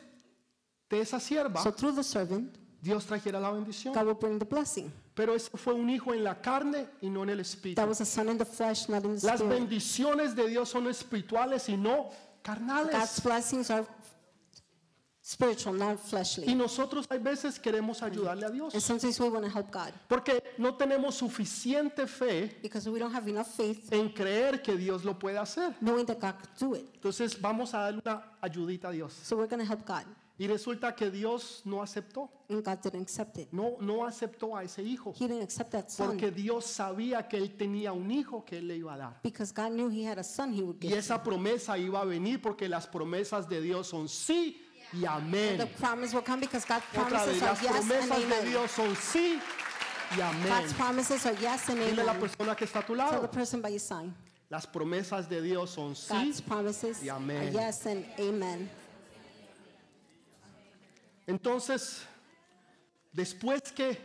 A: de esa sierva
B: So through the servant,
A: Dios trajera la bendición.
B: God will bring the blessing.
A: Pero ese fue un hijo en la carne y no en el
B: That
A: espíritu.
B: was a son in the flesh, not in the
A: Las
B: spirit.
A: bendiciones de Dios son espirituales y no
B: God's
A: carnales.
B: blessings are spiritual, not
A: Y
B: fleshly.
A: nosotros hay veces queremos ayudarle a Dios
B: And sometimes we want to help God
A: porque no tenemos suficiente fe
B: because we don't have enough faith
A: en creer que Dios lo puede hacer.
B: knowing that God could do it.
A: Entonces vamos a darle una ayudita a Dios.
B: So we're going to help God.
A: Y resulta que Dios no aceptó,
B: And God didn't accept it.
A: no, no aceptó a ese hijo
B: He didn't accept that son
A: porque Dios sabía que él tenía un hijo que él le iba a dar.
B: because God knew he had a son he would
A: Y
B: give.
A: esa promesa iba a venir porque las promesas de Dios son sí y
B: The
A: amén.
B: promise will come because God
A: Otra vez,
B: promises are
A: las
B: yes and
A: promesas de
B: amen.
A: Dios son sí y amén.
B: God's promises are yes and
A: Dile a la
B: amen.
A: persona que está a tu
B: Tell the
A: lado,
B: person by your sign.
A: las promesas de Dios son sí.
B: God's promises
A: y
B: are
A: amén.
B: yes and amen.
A: Entonces, después que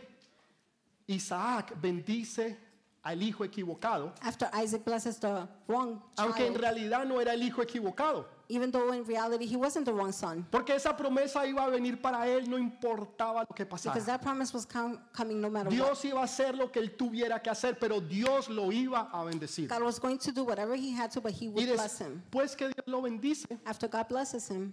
A: Isaac bendice al hijo equivocado,
B: After Isaac blesses the wrong
A: aunque en
B: child,
A: realidad no era el hijo equivocado,
B: even though in reality he wasn't the wrong son,
A: porque esa promesa iba a venir para él, no importaba lo que pasara.
B: because that promise was com- coming no matter what.
A: Ah. Dios iba a hacer lo que él tuviera que hacer, pero Dios lo iba a bendecir.
B: God was going to do whatever he had to, but he
A: Y
B: would bless him.
A: después que Dios lo bendice,
B: After God blesses him,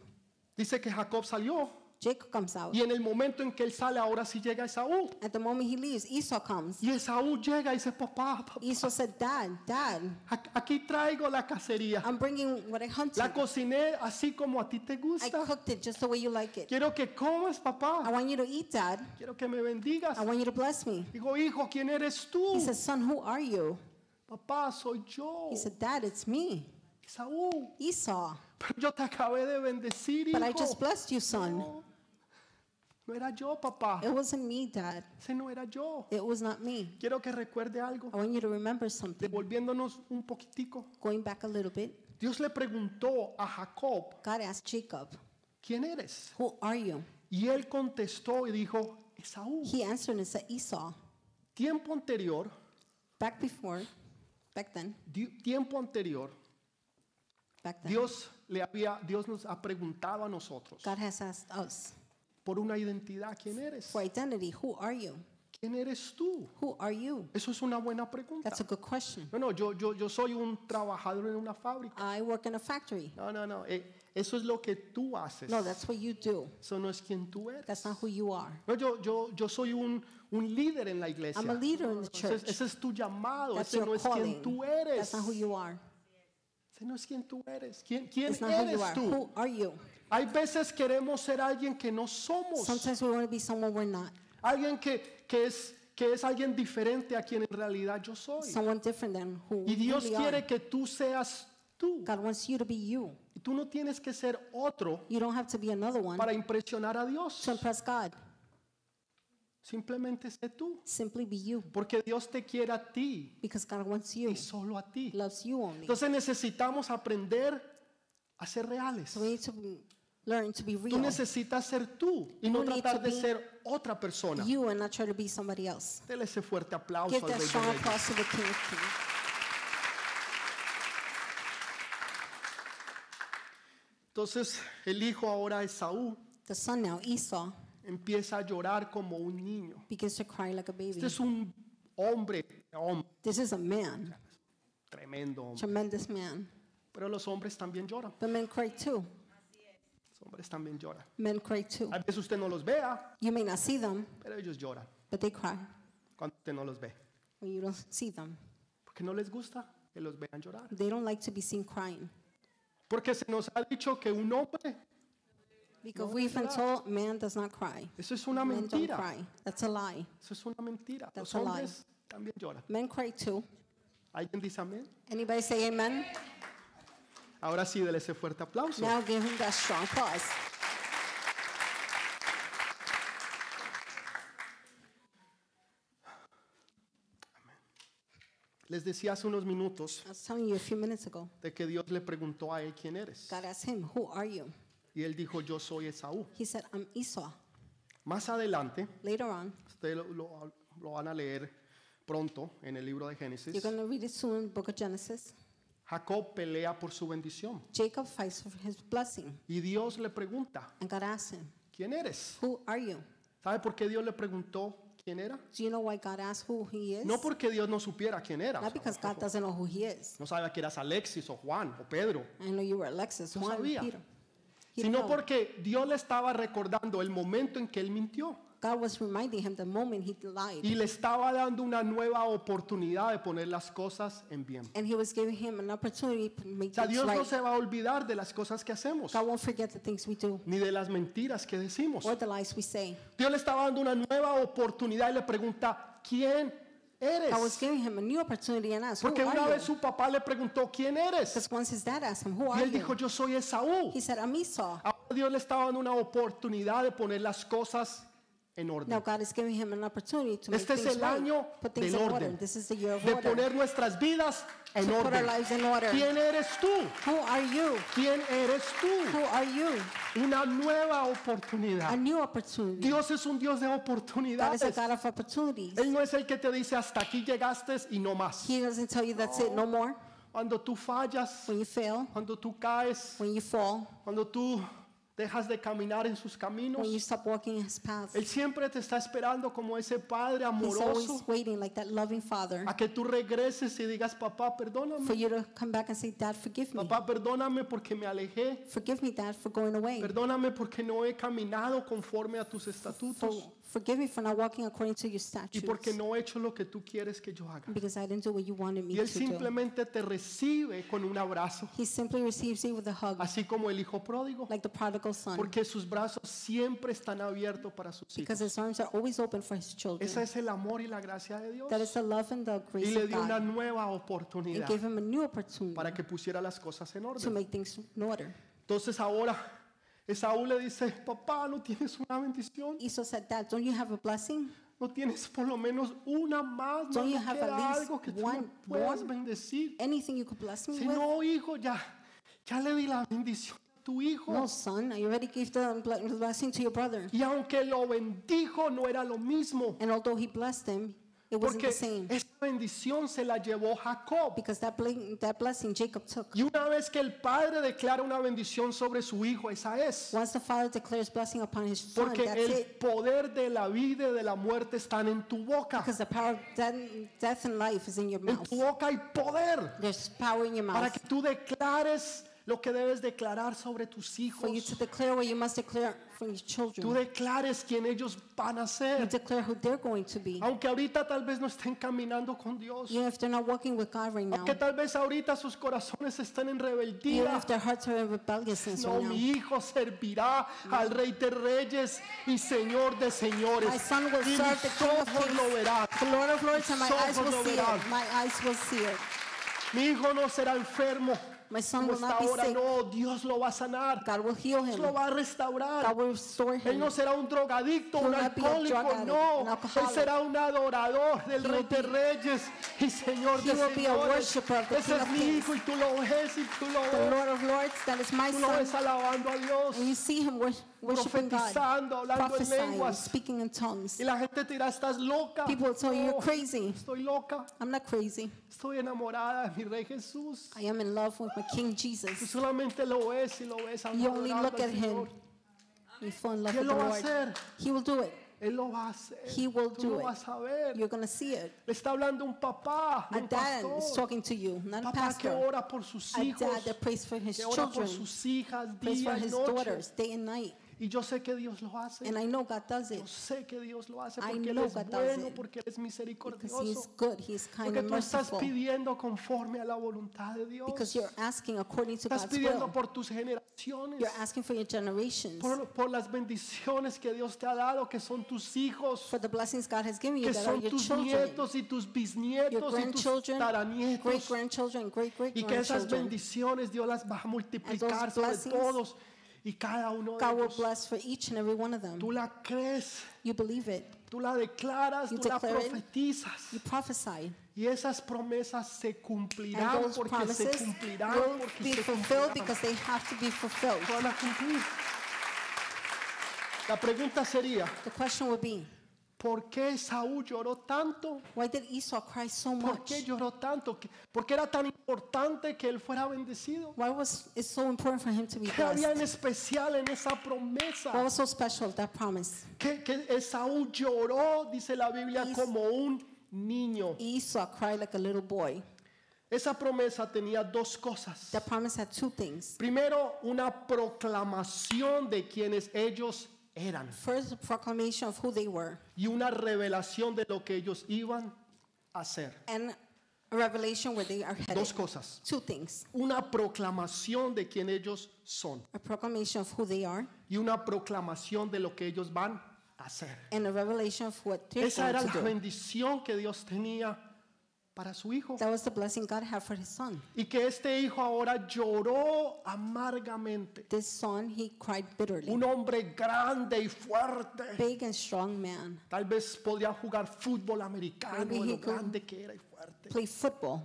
A: dice que Jacob salió
B: Jacob comes out.
A: y en el momento en que él sale, ahora sí llega Esaú.
B: At the moment he leaves, Esau comes.
A: Y Esaú llega y dice, papá, papá,
B: Esau said, Dad, Dad,
A: ac- aquí traigo la cacería.
B: I'm bringing what I hunted.
A: La cociné así como a ti te
B: I
A: gusta.
B: cooked it just the way you like it.
A: Quiero que comas,
B: I
A: papá.
B: want you to eat, Dad.
A: Quiero que me bendigas.
B: I want you to bless me.
A: Digo, hijo, ¿quién eres
B: He
A: tú?
B: said, Son, who are you?
A: Papá, soy yo.
B: He said, Dad, it's me,
A: Esaú,
B: Esau.
A: pero yo te acabé de bendecir,
B: But I
A: hijo.
B: just blessed you, son.
A: No, no era yo, papá.
B: It wasn't me, Dad.
A: Ese no era yo.
B: It was not me.
A: Quiero que recuerde algo.
B: I want you to remember something.
A: Devolviéndonos un poquitico.
B: Going back a little bit,
A: Dios le preguntó a Jacob,
B: God asked Jacob,
A: ¿quién eres?
B: Who are you?
A: Y él contestó y dijo, Esaú.
B: He answered and said, Esau.
A: Tiempo anterior,
B: Back before, back then,
A: di- tiempo anterior,
B: back then,
A: Dios le había, Dios nos ha preguntado a nosotros
B: God has asked us
A: por una identidad, ¿quién eres?
B: for identity. Who are you?
A: ¿Quién eres tú?
B: Who are you?
A: Eso es una buena pregunta.
B: That's a good question.
A: No, no, yo, yo, yo soy un trabajador en una fábrica.
B: I work in a factory.
A: No, no, no. eh, eso es lo que tú haces.
B: No, that's what you do.
A: Eso no es quien tú eres.
B: That's not who you are.
A: No, yo, yo, yo soy un, un líder en la iglesia.
B: I'm a leader in the
A: Ese, es-
B: church.
A: ese es tu llamado.
B: That's
A: Ese no
B: your
A: es quien
B: calling.
A: tú eres.
B: That's not who you are.
A: Ese no es quien tú eres. ¿Quién, quién
B: It's not who you
A: eres
B: are.
A: tú?
B: Who are you?
A: Hay veces queremos ser alguien que no somos.
B: Sometimes we want to be someone we're not,
A: Alguien que, que, es, que es alguien diferente a quien en realidad yo soy.
B: someone different than who
A: Y Dios
B: we really
A: quiere
B: are.
A: que tú seas tú.
B: God wants you to be you.
A: Y tú no tienes que ser otro
B: You don't have to be another one
A: para impresionar a Dios.
B: to impress God.
A: Simplemente sé tú.
B: Simply be you
A: Porque Dios te quiere a ti
B: because God wants you,
A: y solo a ti.
B: loves you only.
A: Entonces necesitamos aprender a ser reales.
B: So we need to be- learn to be
A: Tú
B: real.
A: necesitas ser tú y no
B: You need
A: tratar
B: to
A: de
B: be
A: ser otra persona.
B: You and not try to be somebody else.
A: Dele ese fuerte
B: Give
A: aplauso al
B: that
A: Rey de
B: strong
A: Reyes.
B: applause to the King of Kings.
A: Entonces el hijo ahora Esaú
B: The son now, Esau,
A: empieza a llorar como un niño.
B: begins to cry like a baby.
A: Este es un hombre, hombre,
B: This is a man,
A: tremendo hombre.
B: tremendous man.
A: Pero los hombres también lloran.
B: But men cry too.
A: Los hombres también lloran.
B: Men cry too.
A: A veces usted no los vea,
B: You may not see them,
A: pero ellos lloran
B: but they cry
A: cuando usted no los ve.
B: when you don't see them.
A: Porque no les gusta que los vean llorar.
B: They don't like to be seen crying.
A: Porque se nos ha dicho que un hombre,
B: Because we've been told man does not cry.
A: eso es una
B: Men don't
A: mentira.
B: cry. That's a lie.
A: Eso es una mentira. Los
B: That's a lie.
A: hombres también lloran.
B: Men cry too.
A: ¿Alguien dice amén?
B: Anybody say amen?
A: Ahora sí, dele ese fuerte aplauso.
B: Now give him that strong applause.
A: Les decía hace unos minutos
B: I was telling you a few minutes ago.
A: de que Dios le preguntó a él quién eres.
B: God asked him, Who are you?
A: Y él dijo, yo soy Esaú.
B: He said, I'm Esau.
A: Más adelante,
B: Later on,
A: ustedes lo, lo- lo van a leer, pronto en el libro de Génesis,
B: You're going to read it soon, book of Genesis.
A: Jacob pelea por su bendición.
B: Jacob fights for his blessing,
A: Y Dios le pregunta,
B: and God asks him,
A: ¿quién eres?
B: Who are you?
A: ¿Sabe por qué Dios le preguntó quién era?
B: Do you know why God asks who he is?
A: No porque Dios no supiera quién era.
B: Not because God doesn't know who he is.
A: No sabía que eras Alexis o Juan o Pedro,
B: I know you were Alexis,
A: No
B: Juan,
A: sabía.
B: Peter. He didn't
A: sino
B: know.
A: porque Dios le estaba recordando el momento en que él mintió
B: God was reminding him the moment he lied,
A: y le estaba dando una nueva oportunidad de poner las cosas en bien.
B: and he was giving him an opportunity to make
A: O sea,
B: things
A: Dios no
B: right.
A: se va a olvidar de las cosas que hacemos,
B: God won't forget the things we do
A: ni de las mentiras que decimos.
B: or the lies we say.
A: Dios le estaba dando una nueva oportunidad y le pregunta, ¿quién
B: God was
A: eres?
B: giving him a new opportunity and asked, Who
A: Porque una
B: are
A: vez
B: you?
A: su papá le preguntó, ¿quién eres?
B: Because once his dad asked him, Who
A: Y
B: are
A: él dijo,
B: you?
A: yo soy Esaú.
B: He said, I'm Esau.
A: Ahora Dios le estaba dando una oportunidad de poner las cosas en
B: Now
A: orden,
B: God is giving him an opportunity to make
A: Este es
B: things
A: el
B: right,
A: año
B: put things
A: del
B: in order.
A: orden.
B: This is the year of
A: de
B: order.
A: poner nuestras vidas en
B: to put our
A: orden.
B: lives in order.
A: ¿Quién eres tú?
B: Who are you?
A: ¿Quién eres
B: Who
A: tú?
B: are you?
A: Una nueva
B: A
A: oportunidad.
B: new opportunity.
A: Dios es un Dios de
B: God is a
A: oportunidades.
B: God of opportunities.
A: Él no es el que te dice hasta aquí llegaste y no más.
B: He doesn't tell you that's it, no more.
A: Cuando tú fallas,
B: When you fail,
A: cuando tú caes,
B: when you fall,
A: cuando tú dejas de caminar en sus
B: when you
A: caminos,
B: stop walking his path,
A: Él siempre te está esperando como ese padre
B: he's always
A: amoroso
B: waiting like that loving father
A: a que tú regreses y digas, papá, perdóname.
B: for you to come back and say, Dad, forgive me.
A: Papá, perdóname porque me alejé.
B: Forgive me, Dad, for going away.
A: Perdóname porque no he caminado conforme a tus
B: For,
A: estatutos
B: forgive me for not walking according to your
A: y porque
B: statutes.
A: no he hecho lo que tú quieres que yo haga.
B: Because I didn't do what you wanted me
A: Y él
B: to do.
A: simplemente te recibe con un abrazo,
B: He simply receives you with a hug,
A: así como el hijo pródigo,
B: like the prodigal son,
A: porque sus brazos siempre están abiertos para sus hijos.
B: because his arms are always open for his children.
A: Ese es el amor y la gracia de Dios.
B: That is the love and the
A: Y
B: grace
A: le
B: of
A: dio una
B: God.
A: nueva
B: And
A: oportunidad
B: gave him a new opportunity
A: para que pusiera las cosas en
B: to
A: orden.
B: make things in order.
A: Entonces ahora Esaú le dice, papá, no tienes una bendición,
B: Esau said, Dad, don't you have a blessing?
A: no tienes por lo menos una más, no
B: Don't you
A: me
B: have
A: queda
B: at least
A: algo que tú me
B: one-
A: puedas
B: one?
A: bendecir.
B: Anything you could bless me
A: Si
B: with?
A: no, hijo, ya, ya le di la bendición a tu hijo.
B: No, son, I already gave the ble- blessing to your brother.
A: Y aunque lo bendijo, no era lo mismo.
B: And although he blessed him, it wasn't
A: Porque
B: the same.
A: esa bendición se la llevó Jacob.
B: Because that, bling, that blessing Jacob took.
A: Y una vez que el padre declara una bendición sobre su hijo, esa es.
B: Once the father declares blessing upon his son,
A: Porque
B: that's
A: el
B: it.
A: poder de la vida y de la muerte están en tu boca.
B: Because the power of death, death and life is in your
A: En
B: mouth.
A: tu boca hay poder
B: There's power in your
A: para
B: mouth
A: que tú declares lo que debes declarar sobre tus
B: for you to
A: hijos.
B: declare what you must declare for your
A: Tú
B: children.
A: declares quién ellos van a
B: You
A: ser.
B: declare who they're going to be.
A: Aunque ahorita tal vez no estén caminando con Dios.
B: Even if they're not walking with God right now,
A: Aunque tal vez ahorita sus corazones estén en
B: even
A: rebeldía.
B: if their hearts are in rebelliousness
A: No,
B: right
A: mi
B: now,
A: hijo servirá al Rey de Reyes y Señor de Señores.
B: my son will
A: Y mis
B: serve the King of
A: ojos lo verán.
B: Kings, the Lord of Lords, and my
A: Mis
B: eyes
A: ojos
B: will
A: lo
B: see
A: verán.
B: it. My eyes will see it.
A: Mi hijo no será enfermo.
B: My son
A: Como
B: will
A: está
B: not be
A: ahora,
B: sick.
A: no, Dios lo va a sanar.
B: God will heal
A: Dios lo
B: him.
A: va a restaurar.
B: God will restore
A: Él
B: him.
A: no será un drogadicto,
B: He will
A: un
B: not be a drug
A: alcohólico,
B: addict, an
A: no. Él
B: alcoholic.
A: será un adorador del
B: He
A: Rey
B: will
A: de
B: be-
A: Reyes y Señor de
B: He will be a
A: Señores.
B: worshipper of the
A: Ese
B: King
A: es
B: of
A: mi
B: Kings.
A: hijo y tú lo ves y tú lo
B: The
A: ves.
B: Lord of Lords, that is my
A: Tú lo
B: son.
A: ves alabando a Dios.
B: And you see him wor- worshiping God,
A: Profetizando, hablando en
B: prophesying,
A: lenguas.
B: speaking in tongues.
A: Y la gente te dirá, estás loca.
B: People will tell you you're
A: Oh,
B: crazy.
A: Estoy loca.
B: I'm not crazy.
A: Estoy enamorada de mi Rey Jesús.
B: I am in love with my King
A: Tú
B: Jesus.
A: solamente lo ves y lo ves
B: You only
A: adorando
B: look
A: al
B: at him.
A: Señor.
B: You fall in love
A: Y él
B: with the
A: lo va a
B: Lord.
A: hacer.
B: He will do it.
A: Él lo va a hacer.
B: He will
A: Tú
B: do
A: lo
B: it.
A: vas a ver.
B: You're going to see it.
A: Le está hablando un papá, no
B: A
A: un
B: dad is
A: pastor.
B: talking to you, not a
A: Papá que
B: pastor.
A: ora por sus
B: A
A: hijos,
B: dad that prays for his
A: que ora por
B: children,
A: sus hijas
B: prays for
A: día y
B: his
A: noche.
B: daughters day and night.
A: Y yo sé que Dios lo hace.
B: And I know God does it
A: Yo sé que Dios lo hace
B: I
A: porque Él
B: know
A: es
B: God does
A: bueno,
B: it.
A: porque Él es
B: because He's
A: misericordioso.
B: good, He's kind
A: Porque
B: and
A: tú estás
B: merciful.
A: pidiendo conforme a la voluntad de Dios.
B: Because you're asking according to
A: Estás
B: God's
A: pidiendo
B: will.
A: por tus generaciones,
B: You're asking for your generations,
A: por, por las bendiciones que Dios te ha dado, que son tus hijos,
B: for the blessings God has given you
A: que
B: that are
A: son
B: your
A: tus
B: children,
A: nietos y tus
B: your
A: bisnietos y tus
B: grandchildren, great
A: taranietos.
B: grandchildren, great great
A: Y que esas
B: grandchildren.
A: bendiciones Dios las va a multiplicar sobre
B: blessings,
A: todos y cada uno de
B: God will
A: ellos.
B: bless for each and every one of them.
A: Tú la crees,
B: You believe it.
A: tú la declaras,
B: You
A: tú la
B: declare it.
A: profetizas.
B: You prophesy.
A: Y esas promesas se
B: And
A: cumplirán
B: those
A: porque se
B: promises
A: cumplirán
B: will
A: porque
B: be
A: se
B: fulfilled
A: cumplirán.
B: because they have to be fulfilled.
A: Se van a cumplir. La pregunta sería,
B: The question would be
A: ¿Por qué Saúl lloró tanto?
B: Why did Esau cry so
A: ¿Por qué
B: much?
A: lloró tanto? ¿Qué- ¿Por qué era tan importante que él fuera bendecido?
B: Why was it so important for him to be
A: ¿Qué había en
B: blessed?
A: especial en esa
B: What
A: promesa?
B: was so special of that promise?
A: Que, que Esaú lloró, dice la Biblia,
B: Is-
A: como un niño.
B: Esau cried like a little boy.
A: Esa promesa tenía dos cosas.
B: That promise had two things.
A: Primero, una proclamación de quienes ellos eran
B: First, proclamation of who they were,
A: y una revelación de lo que ellos iban a hacer.
B: and a revelation where they are headed.
A: Dos cosas.
B: Two things:
A: Una proclamación de quien ellos son
B: a proclamation of who they are,
A: y una proclamación de lo que ellos van a hacer.
B: and a revelation of what they're
A: Esa era
B: going
A: la
B: to do.
A: bendición que Dios tenía para su hijo.
B: That was the blessing God had for his son.
A: Y que este hijo ahora lloró amargamente.
B: This son, he cried bitterly.
A: Un hombre grande y fuerte.
B: Big and strong man,
A: Tal vez podía jugar fútbol americano,
B: Maybe
A: de
B: he
A: lo
B: could-
A: grande que era y fuerte.
B: played football,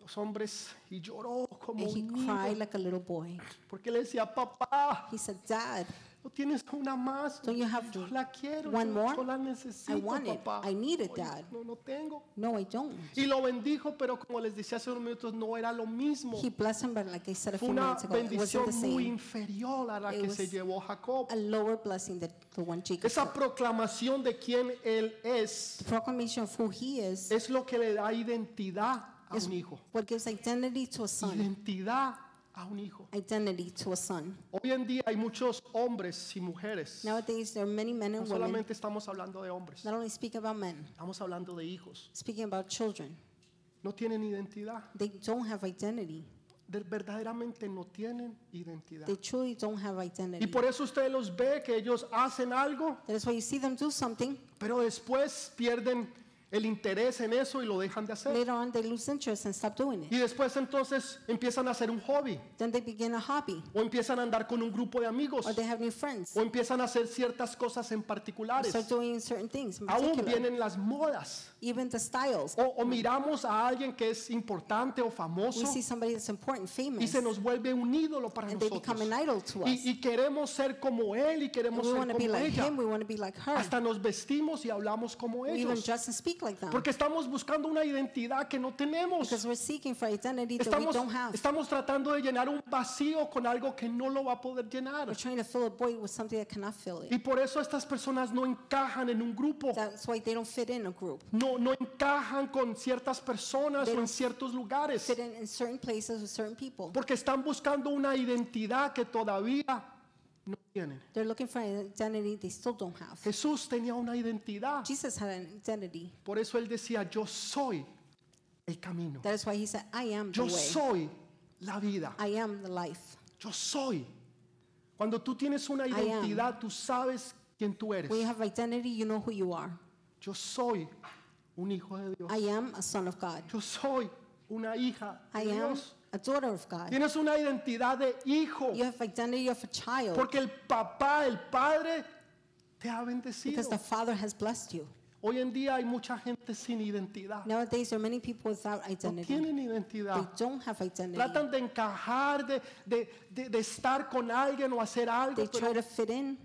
A: Los hombres y lloró como
B: and he
A: un
B: cried
A: niño.
B: like a little boy.
A: Porque le decía, papá,
B: He said, "Dad,
A: no tienes una más.
B: don't you have
A: Yo la quiero, yo-
B: one more?
A: yo la necesito,
B: want it.
A: papá.
B: I need it,
A: Oye,
B: Dad."
A: No, no tengo.
B: No, I don't."
A: Y lo bendijo, pero como les decía hace unos minutos, no era lo mismo.
B: He blessed him, but like I said a
A: Fue
B: few
A: una
B: minutes ago, it wasn't the
A: bendición muy
B: same.
A: inferior a la
B: It
A: que
B: was
A: se llevó Jacob.
B: A lower blessing than the one Jacob.
A: Esa
B: got.
A: proclamación de quién él es
B: The proclamation of who he is
A: es lo que le da identidad a
B: is
A: un hijo.
B: what gives identity to a son.
A: Identidad a un hijo.
B: Identity to a son.
A: Hoy en día hay muchos hombres y mujeres.
B: Nowadays, there are many men
A: No
B: and women.
A: solamente estamos hablando de hombres,
B: Not only speak about men,
A: estamos hablando de hijos.
B: speaking about children.
A: No tienen identidad.
B: They don't have identity.
A: De- verdaderamente no tienen identidad.
B: They truly don't have
A: Y
B: identity.
A: por eso usted los ve que ellos hacen algo,
B: That is why you see them do something.
A: pero después pierden el interés en eso y lo dejan de hacer.
B: Later on, they lose interest and stop doing
A: Y
B: it.
A: después entonces empiezan a hacer un hobby
B: Then they begin a hobby,
A: o empiezan a andar con un grupo de amigos.
B: or they have new friends,
A: o empiezan a hacer ciertas cosas en
B: or
A: particulares.
B: start doing certain things. In
A: Aún
B: particular.
A: vienen las modas.
B: Even the styles.
A: O, o miramos a alguien que es importante o famoso
B: We see somebody that's important,
A: y
B: famous,
A: se nos vuelve un ídolo para
B: and they become an
A: nosotros.
B: idol to us.
A: Y, y queremos ser como él y
B: And
A: queremos
B: we
A: ser
B: want to be
A: como
B: like
A: ella.
B: him. We want to be like her.
A: Hasta nos vestimos y hablamos como
B: We even
A: ellos.
B: dress and speak like them.
A: Porque estamos buscando una identidad que no tenemos.
B: Because we're seeking for identity that we
A: Estamos,
B: don't have.
A: estamos tratando de llenar un vacío con algo que no lo va a poder llenar.
B: We're trying to fill a void with something that cannot fill
A: Y
B: it.
A: por eso estas personas no encajan en un grupo.
B: That's why they don't fit in a group.
A: no, no encajan con ciertas personas
B: They
A: o en
B: don't
A: ciertos lugares
B: Fit in in certain places with certain people.
A: porque están buscando una identidad que todavía no tienen.
B: They're looking for an identity they still don't have.
A: Jesús tenía una identidad,
B: Jesus had an identity.
A: por eso él decía, yo soy el camino,
B: That is why he said, I am the
A: yo
B: way.
A: soy la vida,
B: I am the life.
A: yo soy. Cuando tú tienes una
B: am.
A: identidad, tú sabes quién tú eres.
B: When you have identity, you know who you are.
A: Yo soy un hijo de Dios,
B: I am a son of God.
A: yo soy una hija
B: I
A: de
B: am
A: Dios.
B: a daughter of God.
A: Tienes una identidad de hijo.
B: You have identity of a child
A: Porque el papá, el padre, te ha
B: because
A: bendecido.
B: the Father has blessed you.
A: Hoy en día hay mucha gente sin identidad.
B: Nowadays, there are many people without
A: No
B: identity.
A: tienen
B: They
A: identidad.
B: don't have identity.
A: Tratan de encajar, de, de- de- de estar con alguien o hacer algo,
B: They
A: pero
B: try to fit in,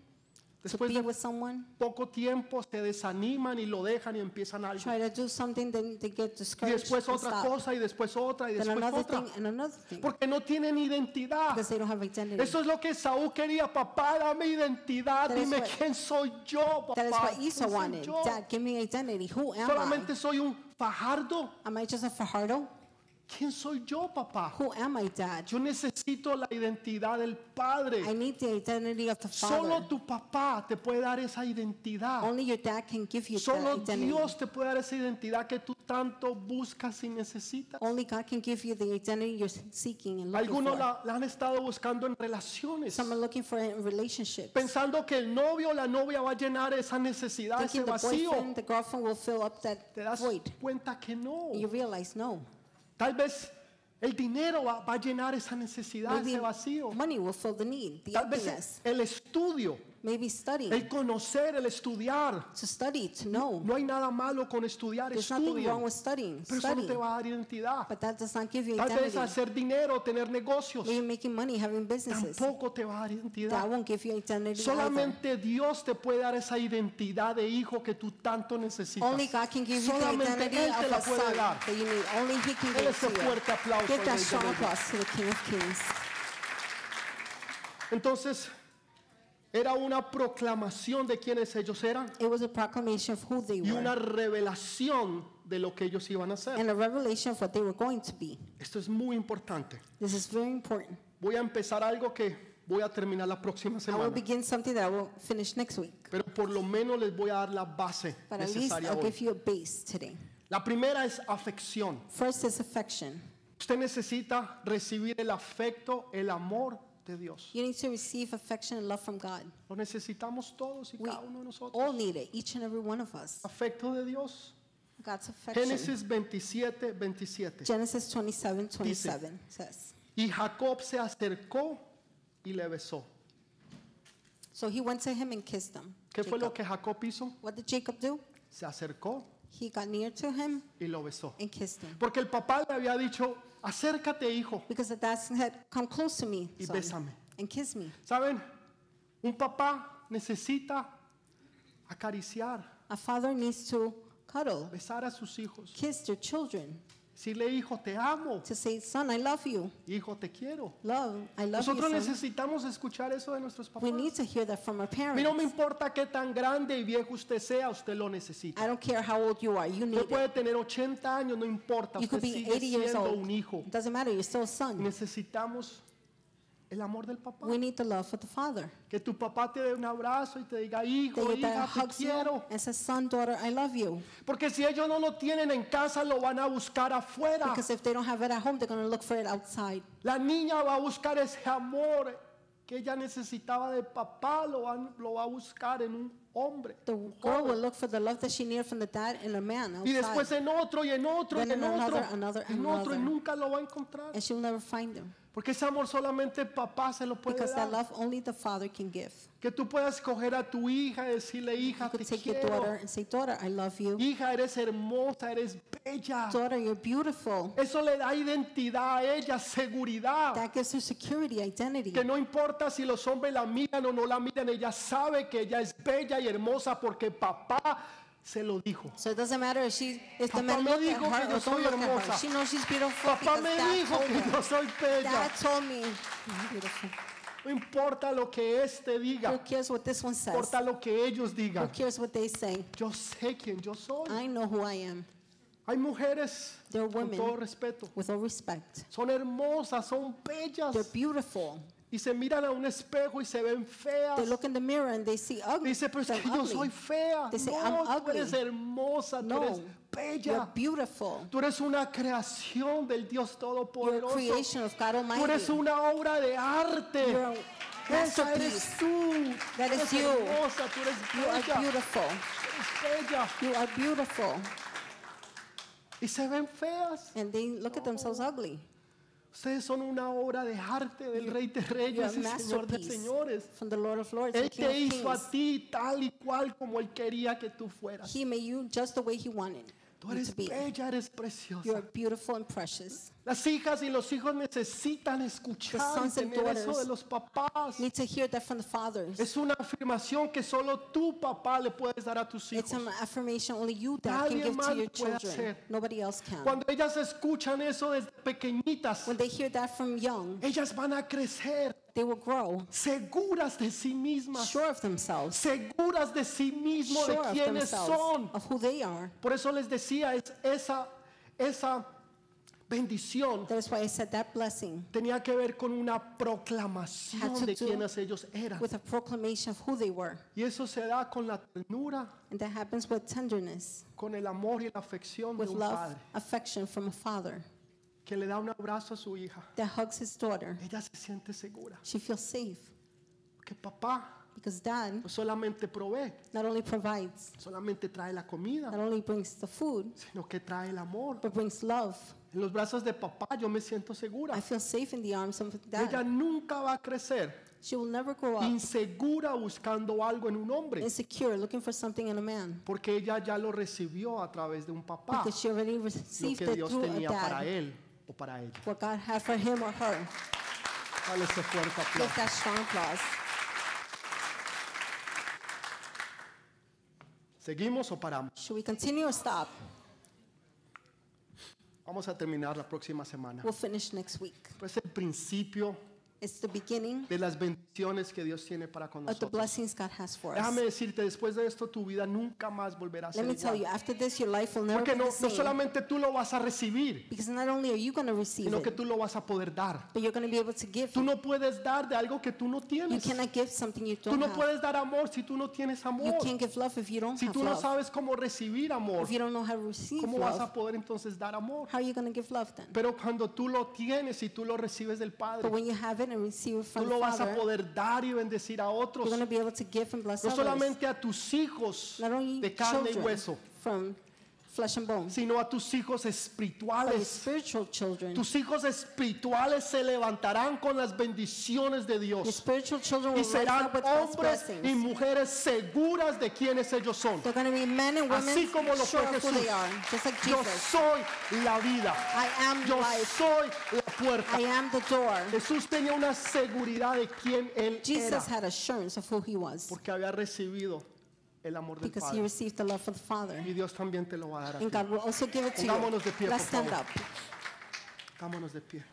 B: to
A: después
B: be
A: de
B: with someone,
A: poco tiempo se desaniman y lo dejan y empiezan algo.
B: try to do something, then they get
A: Y
B: discouraged.
A: después
B: they
A: otra
B: stop.
A: cosa y después otra y
B: Then
A: después
B: another
A: otra.
B: thing and another thing
A: Porque no tienen identidad.
B: because they don't have identity.
A: Eso es lo que Saúl quería, papá, dame identidad,
B: That is
A: dime
B: what-
A: quién soy yo,
B: that is
A: papá.
B: what
A: ¿Quién
B: Esau
A: soy
B: wanted.
A: yo?
B: Dad, give me identity. Who am I?
A: Solamente soy un fajardo.
B: Am I just a Fajardo?
A: ¿Quién soy yo, papá?
B: Who am I, Dad?
A: Yo necesito la identidad del
B: I
A: Padre.
B: need the identity of the
A: Solo
B: Father.
A: tu papá te puede dar esa identidad.
B: Only your dad can give you
A: Solo
B: that identity.
A: Dios te puede dar esa identidad que tú tanto buscas y necesitas.
B: Only God can give you the identity you're seeking and looking
A: Algunos
B: for.
A: la, la han estado buscando en relaciones,
B: Some are looking for it in relationships.
A: pensando que el novio o la novia va a llenar esa necesidad, ese
B: Thinking the
A: vacío.
B: boyfriend, the girlfriend will fill up that
A: Te das
B: void.
A: cuenta que no.
B: And you realize, no.
A: Tal vez el dinero va, va a llenar esa necesidad,
B: Maybe
A: ese vacío.
B: money will fill the need, the
A: Tal vez
B: emptiness.
A: el estudio
B: maybe study,
A: El conocer, el estudiar.
B: to study, to know.
A: No hay nada malo con estudiar,
B: There's nothing wrong
A: estudia.
B: with studying.
A: Pero eso no
B: Study,
A: te va a dar identidad.
B: but that does not give you
A: Tal vez
B: identity.
A: hacer dinero, tener negocios,
B: Maybe making money, having businesses,
A: tampoco te va a dar
B: that
A: identidad.
B: won't give you identity either.
A: Solamente Dios te puede dar esa identidad de hijo que tú tanto necesitas.
B: Only God can give you the
A: Solamente
B: identity
A: Él te
B: of
A: la
B: a
A: puede
B: son
A: dar.
B: that you need. Only He can give
A: Dale
B: it
A: ese
B: to
A: fuerte aplauso al
B: you. Give
A: Rey
B: that
A: de
B: strong
A: Reyes.
B: applause to the King of Kings.
A: Entonces, era una proclamación de quiénes ellos eran
B: It was a proclamation of who they
A: y
B: were
A: una revelación de lo que ellos iban a hacer.
B: and a revelation of what they were going to be.
A: Esto es muy importante.
B: This is very important.
A: Voy a empezar algo que voy a terminar la próxima
B: I will
A: semana,
B: begin something that I will finish next week.
A: pero por lo menos les voy a dar la base
B: But at least
A: necesaria
B: I'll
A: hoy.
B: give you a base today.
A: La primera es afección.
B: First is affection.
A: Usted necesita recibir el afecto, el amor de Dios.
B: You need to receive affection and love from God.
A: Lo necesitamos todos y
B: We
A: cada uno de nosotros.
B: all need it, each and every one of us.
A: Afecto de Dios.
B: God's affection.
A: Génesis 27, 27.
B: Genesis 27 27 says.
A: Y Jacob se acercó y le besó.
B: So he went to him and kissed him.
A: ¿Qué fue lo
B: Jacob.
A: que Jacob hizo?
B: What did Jacob do?
A: Se acercó
B: He got near to him
A: y lo besó.
B: and kissed him.
A: Porque el papá le había dicho, acércate hijo.
B: Because the dad said, Come close to me.
A: Y
B: son,
A: bésame.
B: And kiss me.
A: ¿Saben? Un papá necesita acariciar,
B: A father needs to cuddle,
A: besar a sus hijos.
B: kiss their children,
A: Decirle, hijo, te amo.
B: to say, Son, I love you.
A: Hijo, te quiero.
B: Love, I love
A: Nosotros
B: you. Son.
A: necesitamos escuchar eso de nuestros
B: We
A: papás.
B: need to hear that from our
A: A mí no me
B: parents.
A: importa qué tan grande y viejo usted sea, usted lo necesita.
B: I don't care how old you are, you
A: Usted
B: need
A: puede
B: it.
A: tener 80 años, no importa,
B: You
A: usted
B: could be
A: sigue
B: 80 years
A: siendo
B: old.
A: un hijo.
B: It doesn't matter, you're still a son.
A: Necesitamos el amor del papá.
B: We need the love of the father.
A: Que tu papá te dé un abrazo y te diga, hijo,
B: That your dad
A: hija, te
B: hugs you
A: quiero.
B: and says, Son, daughter, I love you.
A: Porque si ellos no lo tienen en casa, lo van a buscar afuera.
B: Because if they don't have it at home, they're going to look for it outside.
A: La niña va a buscar ese amor que ella necesitaba de papá, lo, van- lo va a buscar en un hombre.
B: The
A: un
B: girl
A: joven.
B: will look for the love that she needed from the dad and a man
A: Y después
B: outside,
A: en otro y en otro y
B: Then
A: en
B: in
A: otro,
B: another, another,
A: en otro y
B: another.
A: nunca lo va a encontrar.
B: and she'll never find him
A: Porque ese amor solamente el papá se lo puede
B: because that
A: dar.
B: love only the father can give.
A: Que tú puedas coger a tu hija y decirle, hija,
B: You
A: te
B: could take your
A: quiero.
B: daughter and say, "Daughter, I love you.
A: Hija, eres hermosa, eres bella.
B: Daughter, you're beautiful."
A: Eso le da identidad a ella, seguridad.
B: That gives her security, identity.
A: Que no importa si los hombres la miran o no la miran, ella sabe que ella es bella y hermosa porque papá se lo dijo.
B: So it doesn't matter if she, if the
A: Papá
B: men
A: me
B: look at
A: dijo que
B: her
A: yo
B: or
A: soy
B: don't look at her.
A: hermosa.
B: She knows she's beautiful
A: Papá
B: because
A: me
B: dad
A: dijo
B: told
A: que yo
B: her.
A: soy bella.
B: Dad told me. You're beautiful.
A: No importa lo que este
B: Who
A: diga,
B: cares what this one says?
A: importa lo que ellos
B: Who
A: digan.
B: cares what they say?
A: Yo sé quién yo soy.
B: I know who I am.
A: Hay mujeres,
B: They're
A: con
B: women.
A: todo respeto,
B: With all respect,
A: son hermosas, son bellas
B: they're beautiful.
A: y se miran a un espejo y se ven feas.
B: They look in the mirror and they see ugly.
A: Dice, pero es
B: them
A: que yo
B: ugly.
A: soy fea.
B: They say,
A: no,
B: "I'm
A: tú eres
B: ugly."
A: hermosa, tú
B: No,
A: eres
B: You're
A: bella.
B: beautiful.
A: Tú eres una creación del Dios
B: You're a
A: Todopoderoso.
B: creation of God
A: Tú eres
B: Almighty.
A: una obra de arte.
B: You're a
A: Esa eres
B: masterpiece.
A: tú.
B: That
A: tú
B: is
A: eres
B: you.
A: hermosa, tú eres
B: You are
A: bella,
B: beautiful.
A: tú eres bella.
B: You are beautiful.
A: Y se ven feas.
B: And they look at themselves
A: Oh.
B: ugly.
A: Ustedes son una obra de arte del Rey de
B: You're a
A: Reyes y Señor de
B: masterpiece
A: Señores.
B: from the Lord of Lords, the
A: Él te
B: King
A: hizo
B: of
A: a
B: Kings.
A: ti tal y cual como Él quería que tú fueras.
B: He made you just the way He wanted
A: Tú
B: you to
A: eres
B: be.
A: bella, eres
B: You are
A: preciosa.
B: beautiful and precious.
A: Las hijas y los hijos necesitan escuchar y
B: sons and
A: tener eso
B: daughters
A: de los papás.
B: Need to hear that from the fathers.
A: Es una afirmación que solo tu papá le puedes dar a tus
B: It's
A: hijos.
B: an affirmation only you dad can
A: Nadie
B: give
A: más
B: to
A: lo
B: your
A: puede
B: children.
A: hacer.
B: Nobody else can.
A: Cuando ellas escuchan eso desde pequeñitas,
B: When they hear that from young,
A: ellas van a crecer
B: they will grow
A: seguras de sí mismas,
B: sure of themselves,
A: seguras de sí mismo, de
B: sure of
A: quiénes
B: themselves,
A: son.
B: of who they are.
A: Por eso les decía, es esa, esa bendición
B: That is why I said that blessing
A: tenía que ver con una
B: Had
A: proclamación
B: to
A: de
B: do
A: quienes ellos eran.
B: with a proclamation of who they were.
A: Y eso se da con la ternura,
B: And that happens with tenderness,
A: con el amor y la afección de
B: with
A: un
B: love,
A: padre
B: affection from a father
A: que le da un abrazo a su hija.
B: that hugs his daughter.
A: Ella se siente segura
B: She feels safe
A: que papá
B: because dad
A: no solamente provee,
B: not only provides,
A: solamente trae la
B: not
A: comida,
B: only brings the food,
A: sino que trae el amor,
B: but brings love,
A: En los brazos de papá yo me siento segura.
B: I feel safe in the arms of
A: Ella
B: dad.
A: nunca va a crecer
B: She will never grow up
A: insegura buscando algo en un hombre,
B: insecure, looking for something in a man.
A: porque ella ya lo recibió a través de un papá,
B: Because she already
A: lo
B: received
A: que
B: it
A: Dios
B: through a
A: tenía para
B: dad.
A: él o para ella.
B: What God had for him or her.
A: Dale ese fuerte
B: Give
A: aplauso.
B: that strong applause.
A: ¿Seguimos o paramos?
B: Should we continue or stop?
A: Vamos a terminar la próxima semana.
B: We'll finish next week.
A: Pero es el principio
B: It's the beginning
A: de las bendiciones que Dios tiene para con
B: of the
A: nosotros.
B: blessings God has for us.
A: Déjame decirte, después de esto tu vida nunca más volverá a ser
B: Let me tell you,
A: igual.
B: after this, your life will never
A: Porque
B: be
A: no,
B: the
A: no
B: same.
A: solamente tú lo vas a recibir,
B: Because not only are you going to receive
A: sino que
B: it,
A: tú lo vas a poder dar.
B: but you're going to be able to give.
A: Tú
B: it.
A: no puedes dar de algo que tú no
B: You
A: tienes.
B: cannot give something you
A: Tú
B: don't
A: no
B: have.
A: puedes dar amor si tú no tienes
B: You
A: amor.
B: can't give love if you don't
A: Si
B: have
A: tú no
B: love.
A: sabes cómo recibir amor,
B: If you don't know how to receive
A: ¿cómo vas a
B: love,
A: poder entonces dar amor?
B: how are you going to give love then?
A: Pero cuando tú lo tienes y tú lo recibes del Padre,
B: But when you have it and receive it
A: tú
B: from
A: lo
B: the
A: vas a
B: Father, you're
A: poder dar y bendecir a otros.
B: going to be able to give and bless
A: No
B: others.
A: solamente a tus hijos
B: Not only
A: de carne y
B: children
A: hueso,
B: from flesh and bone,
A: sino a tus hijos
B: but your
A: espirituales.
B: spiritual children.
A: Tus hijos espirituales se levantarán con las bendiciones de
B: Your
A: Dios
B: spiritual children
A: y
B: will rise
A: serán
B: up with God's
A: hombres y
B: blessings.
A: mujeres seguras de quienes ellos son.
B: They're going to be men and women
A: Así como lo fue
B: sure of who they
A: Jesús.
B: are, just like
A: Yo
B: Jesus.
A: soy la vida.
B: I am
A: Yo
B: life.
A: soy la puerta.
B: I am the door.
A: Jesús tenía una seguridad de quién él era
B: Jesus had assurance of who he was
A: porque había recibido el amor del
B: because he
A: Padre.
B: received the love of the Father.
A: Y Dios también te lo va a dar a
B: And
A: ti.
B: God will also give it to
A: Pongámonos de pie,
B: you.
A: por
B: Let's stand
A: favor.
B: up.
A: Vámonos de pie.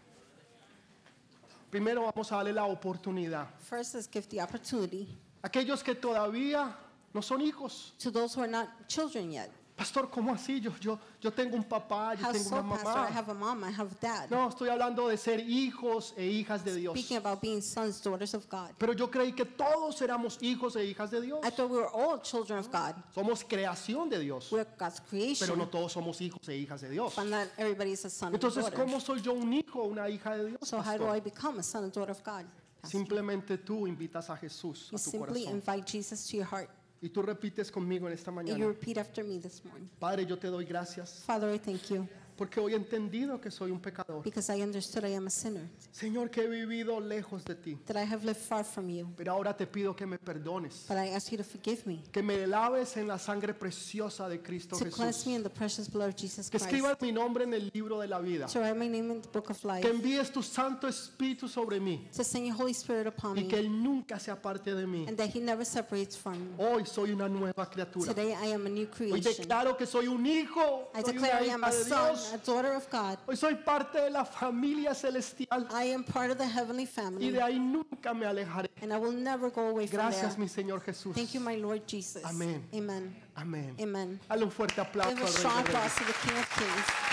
A: Primero vamos a darle la oportunidad.
B: First, let's give the opportunity
A: Aquellos que todavía no son hijos.
B: to those who are not children yet.
A: Pastor, ¿cómo así? Yo, yo, yo tengo un papá, yo
B: How
A: tengo
B: so,
A: una
B: Pastor? I
A: mamá.
B: have a mom, I have a dad.
A: No, estoy hablando de ser hijos e hijas de Dios.
B: Speaking about being sons, daughters of God.
A: Pero yo creí que todos éramos hijos e hijas de Dios.
B: I thought we were all children of God.
A: Somos creación de Dios,
B: We're God's creation,
A: pero no todos somos hijos e hijas de Dios.
B: but not everybody is a son and
A: Entonces,
B: daughter.
A: ¿cómo soy yo un hijo o una hija de Dios?
B: so how do
A: pastor?
B: I become a son and daughter of God? Pastor?
A: Simplemente tú invitas a Jesús
B: you
A: a tu
B: simply
A: corazón
B: invite Jesus to your heart
A: y tú repites conmigo en esta
B: and you
A: mañana.
B: repeat after me this morning.
A: Padre, yo te doy gracias
B: Father, I thank you
A: porque hoy he entendido que soy un pecador.
B: because I understood I am a sinner,
A: Señor, que he vivido lejos de ti,
B: that I have lived far from you,
A: pero ahora te pido que me perdones,
B: but I ask you to forgive me,
A: que me laves en la sangre preciosa de Cristo
B: to cleanse me
A: Jesús,
B: in the precious blood of Jesus
A: que
B: Christ,
A: escribas mi nombre en el libro de la vida,
B: to write my name in the book of life,
A: que envíes tu Santo Espíritu sobre mí
B: to send your Holy Spirit upon
A: y que
B: me,
A: Él nunca sea parte de mí.
B: and that He never separates from me.
A: Hoy soy una nueva criatura.
B: Today I am a new
A: Hoy
B: creation.
A: declaro que soy un hijo,
B: I
A: soy una
B: declare I am
A: hija
B: a
A: de
B: son,
A: Dios.
B: a daughter of God.
A: Hoy soy parte de la familia celestial
B: I am part of the heavenly
A: y
B: family,
A: de ahí nunca me alejaré.
B: and I will never go away from there.
A: Gracias, mi Señor Jesús.
B: Thank you, my Lord Jesus.
A: Amén.
B: Amen.
A: Amén.
B: Amen.
A: Dale un fuerte aplauso
B: Give
A: al Rey
B: a
A: de
B: strong
A: Reyes.
B: applause to the King of Kings.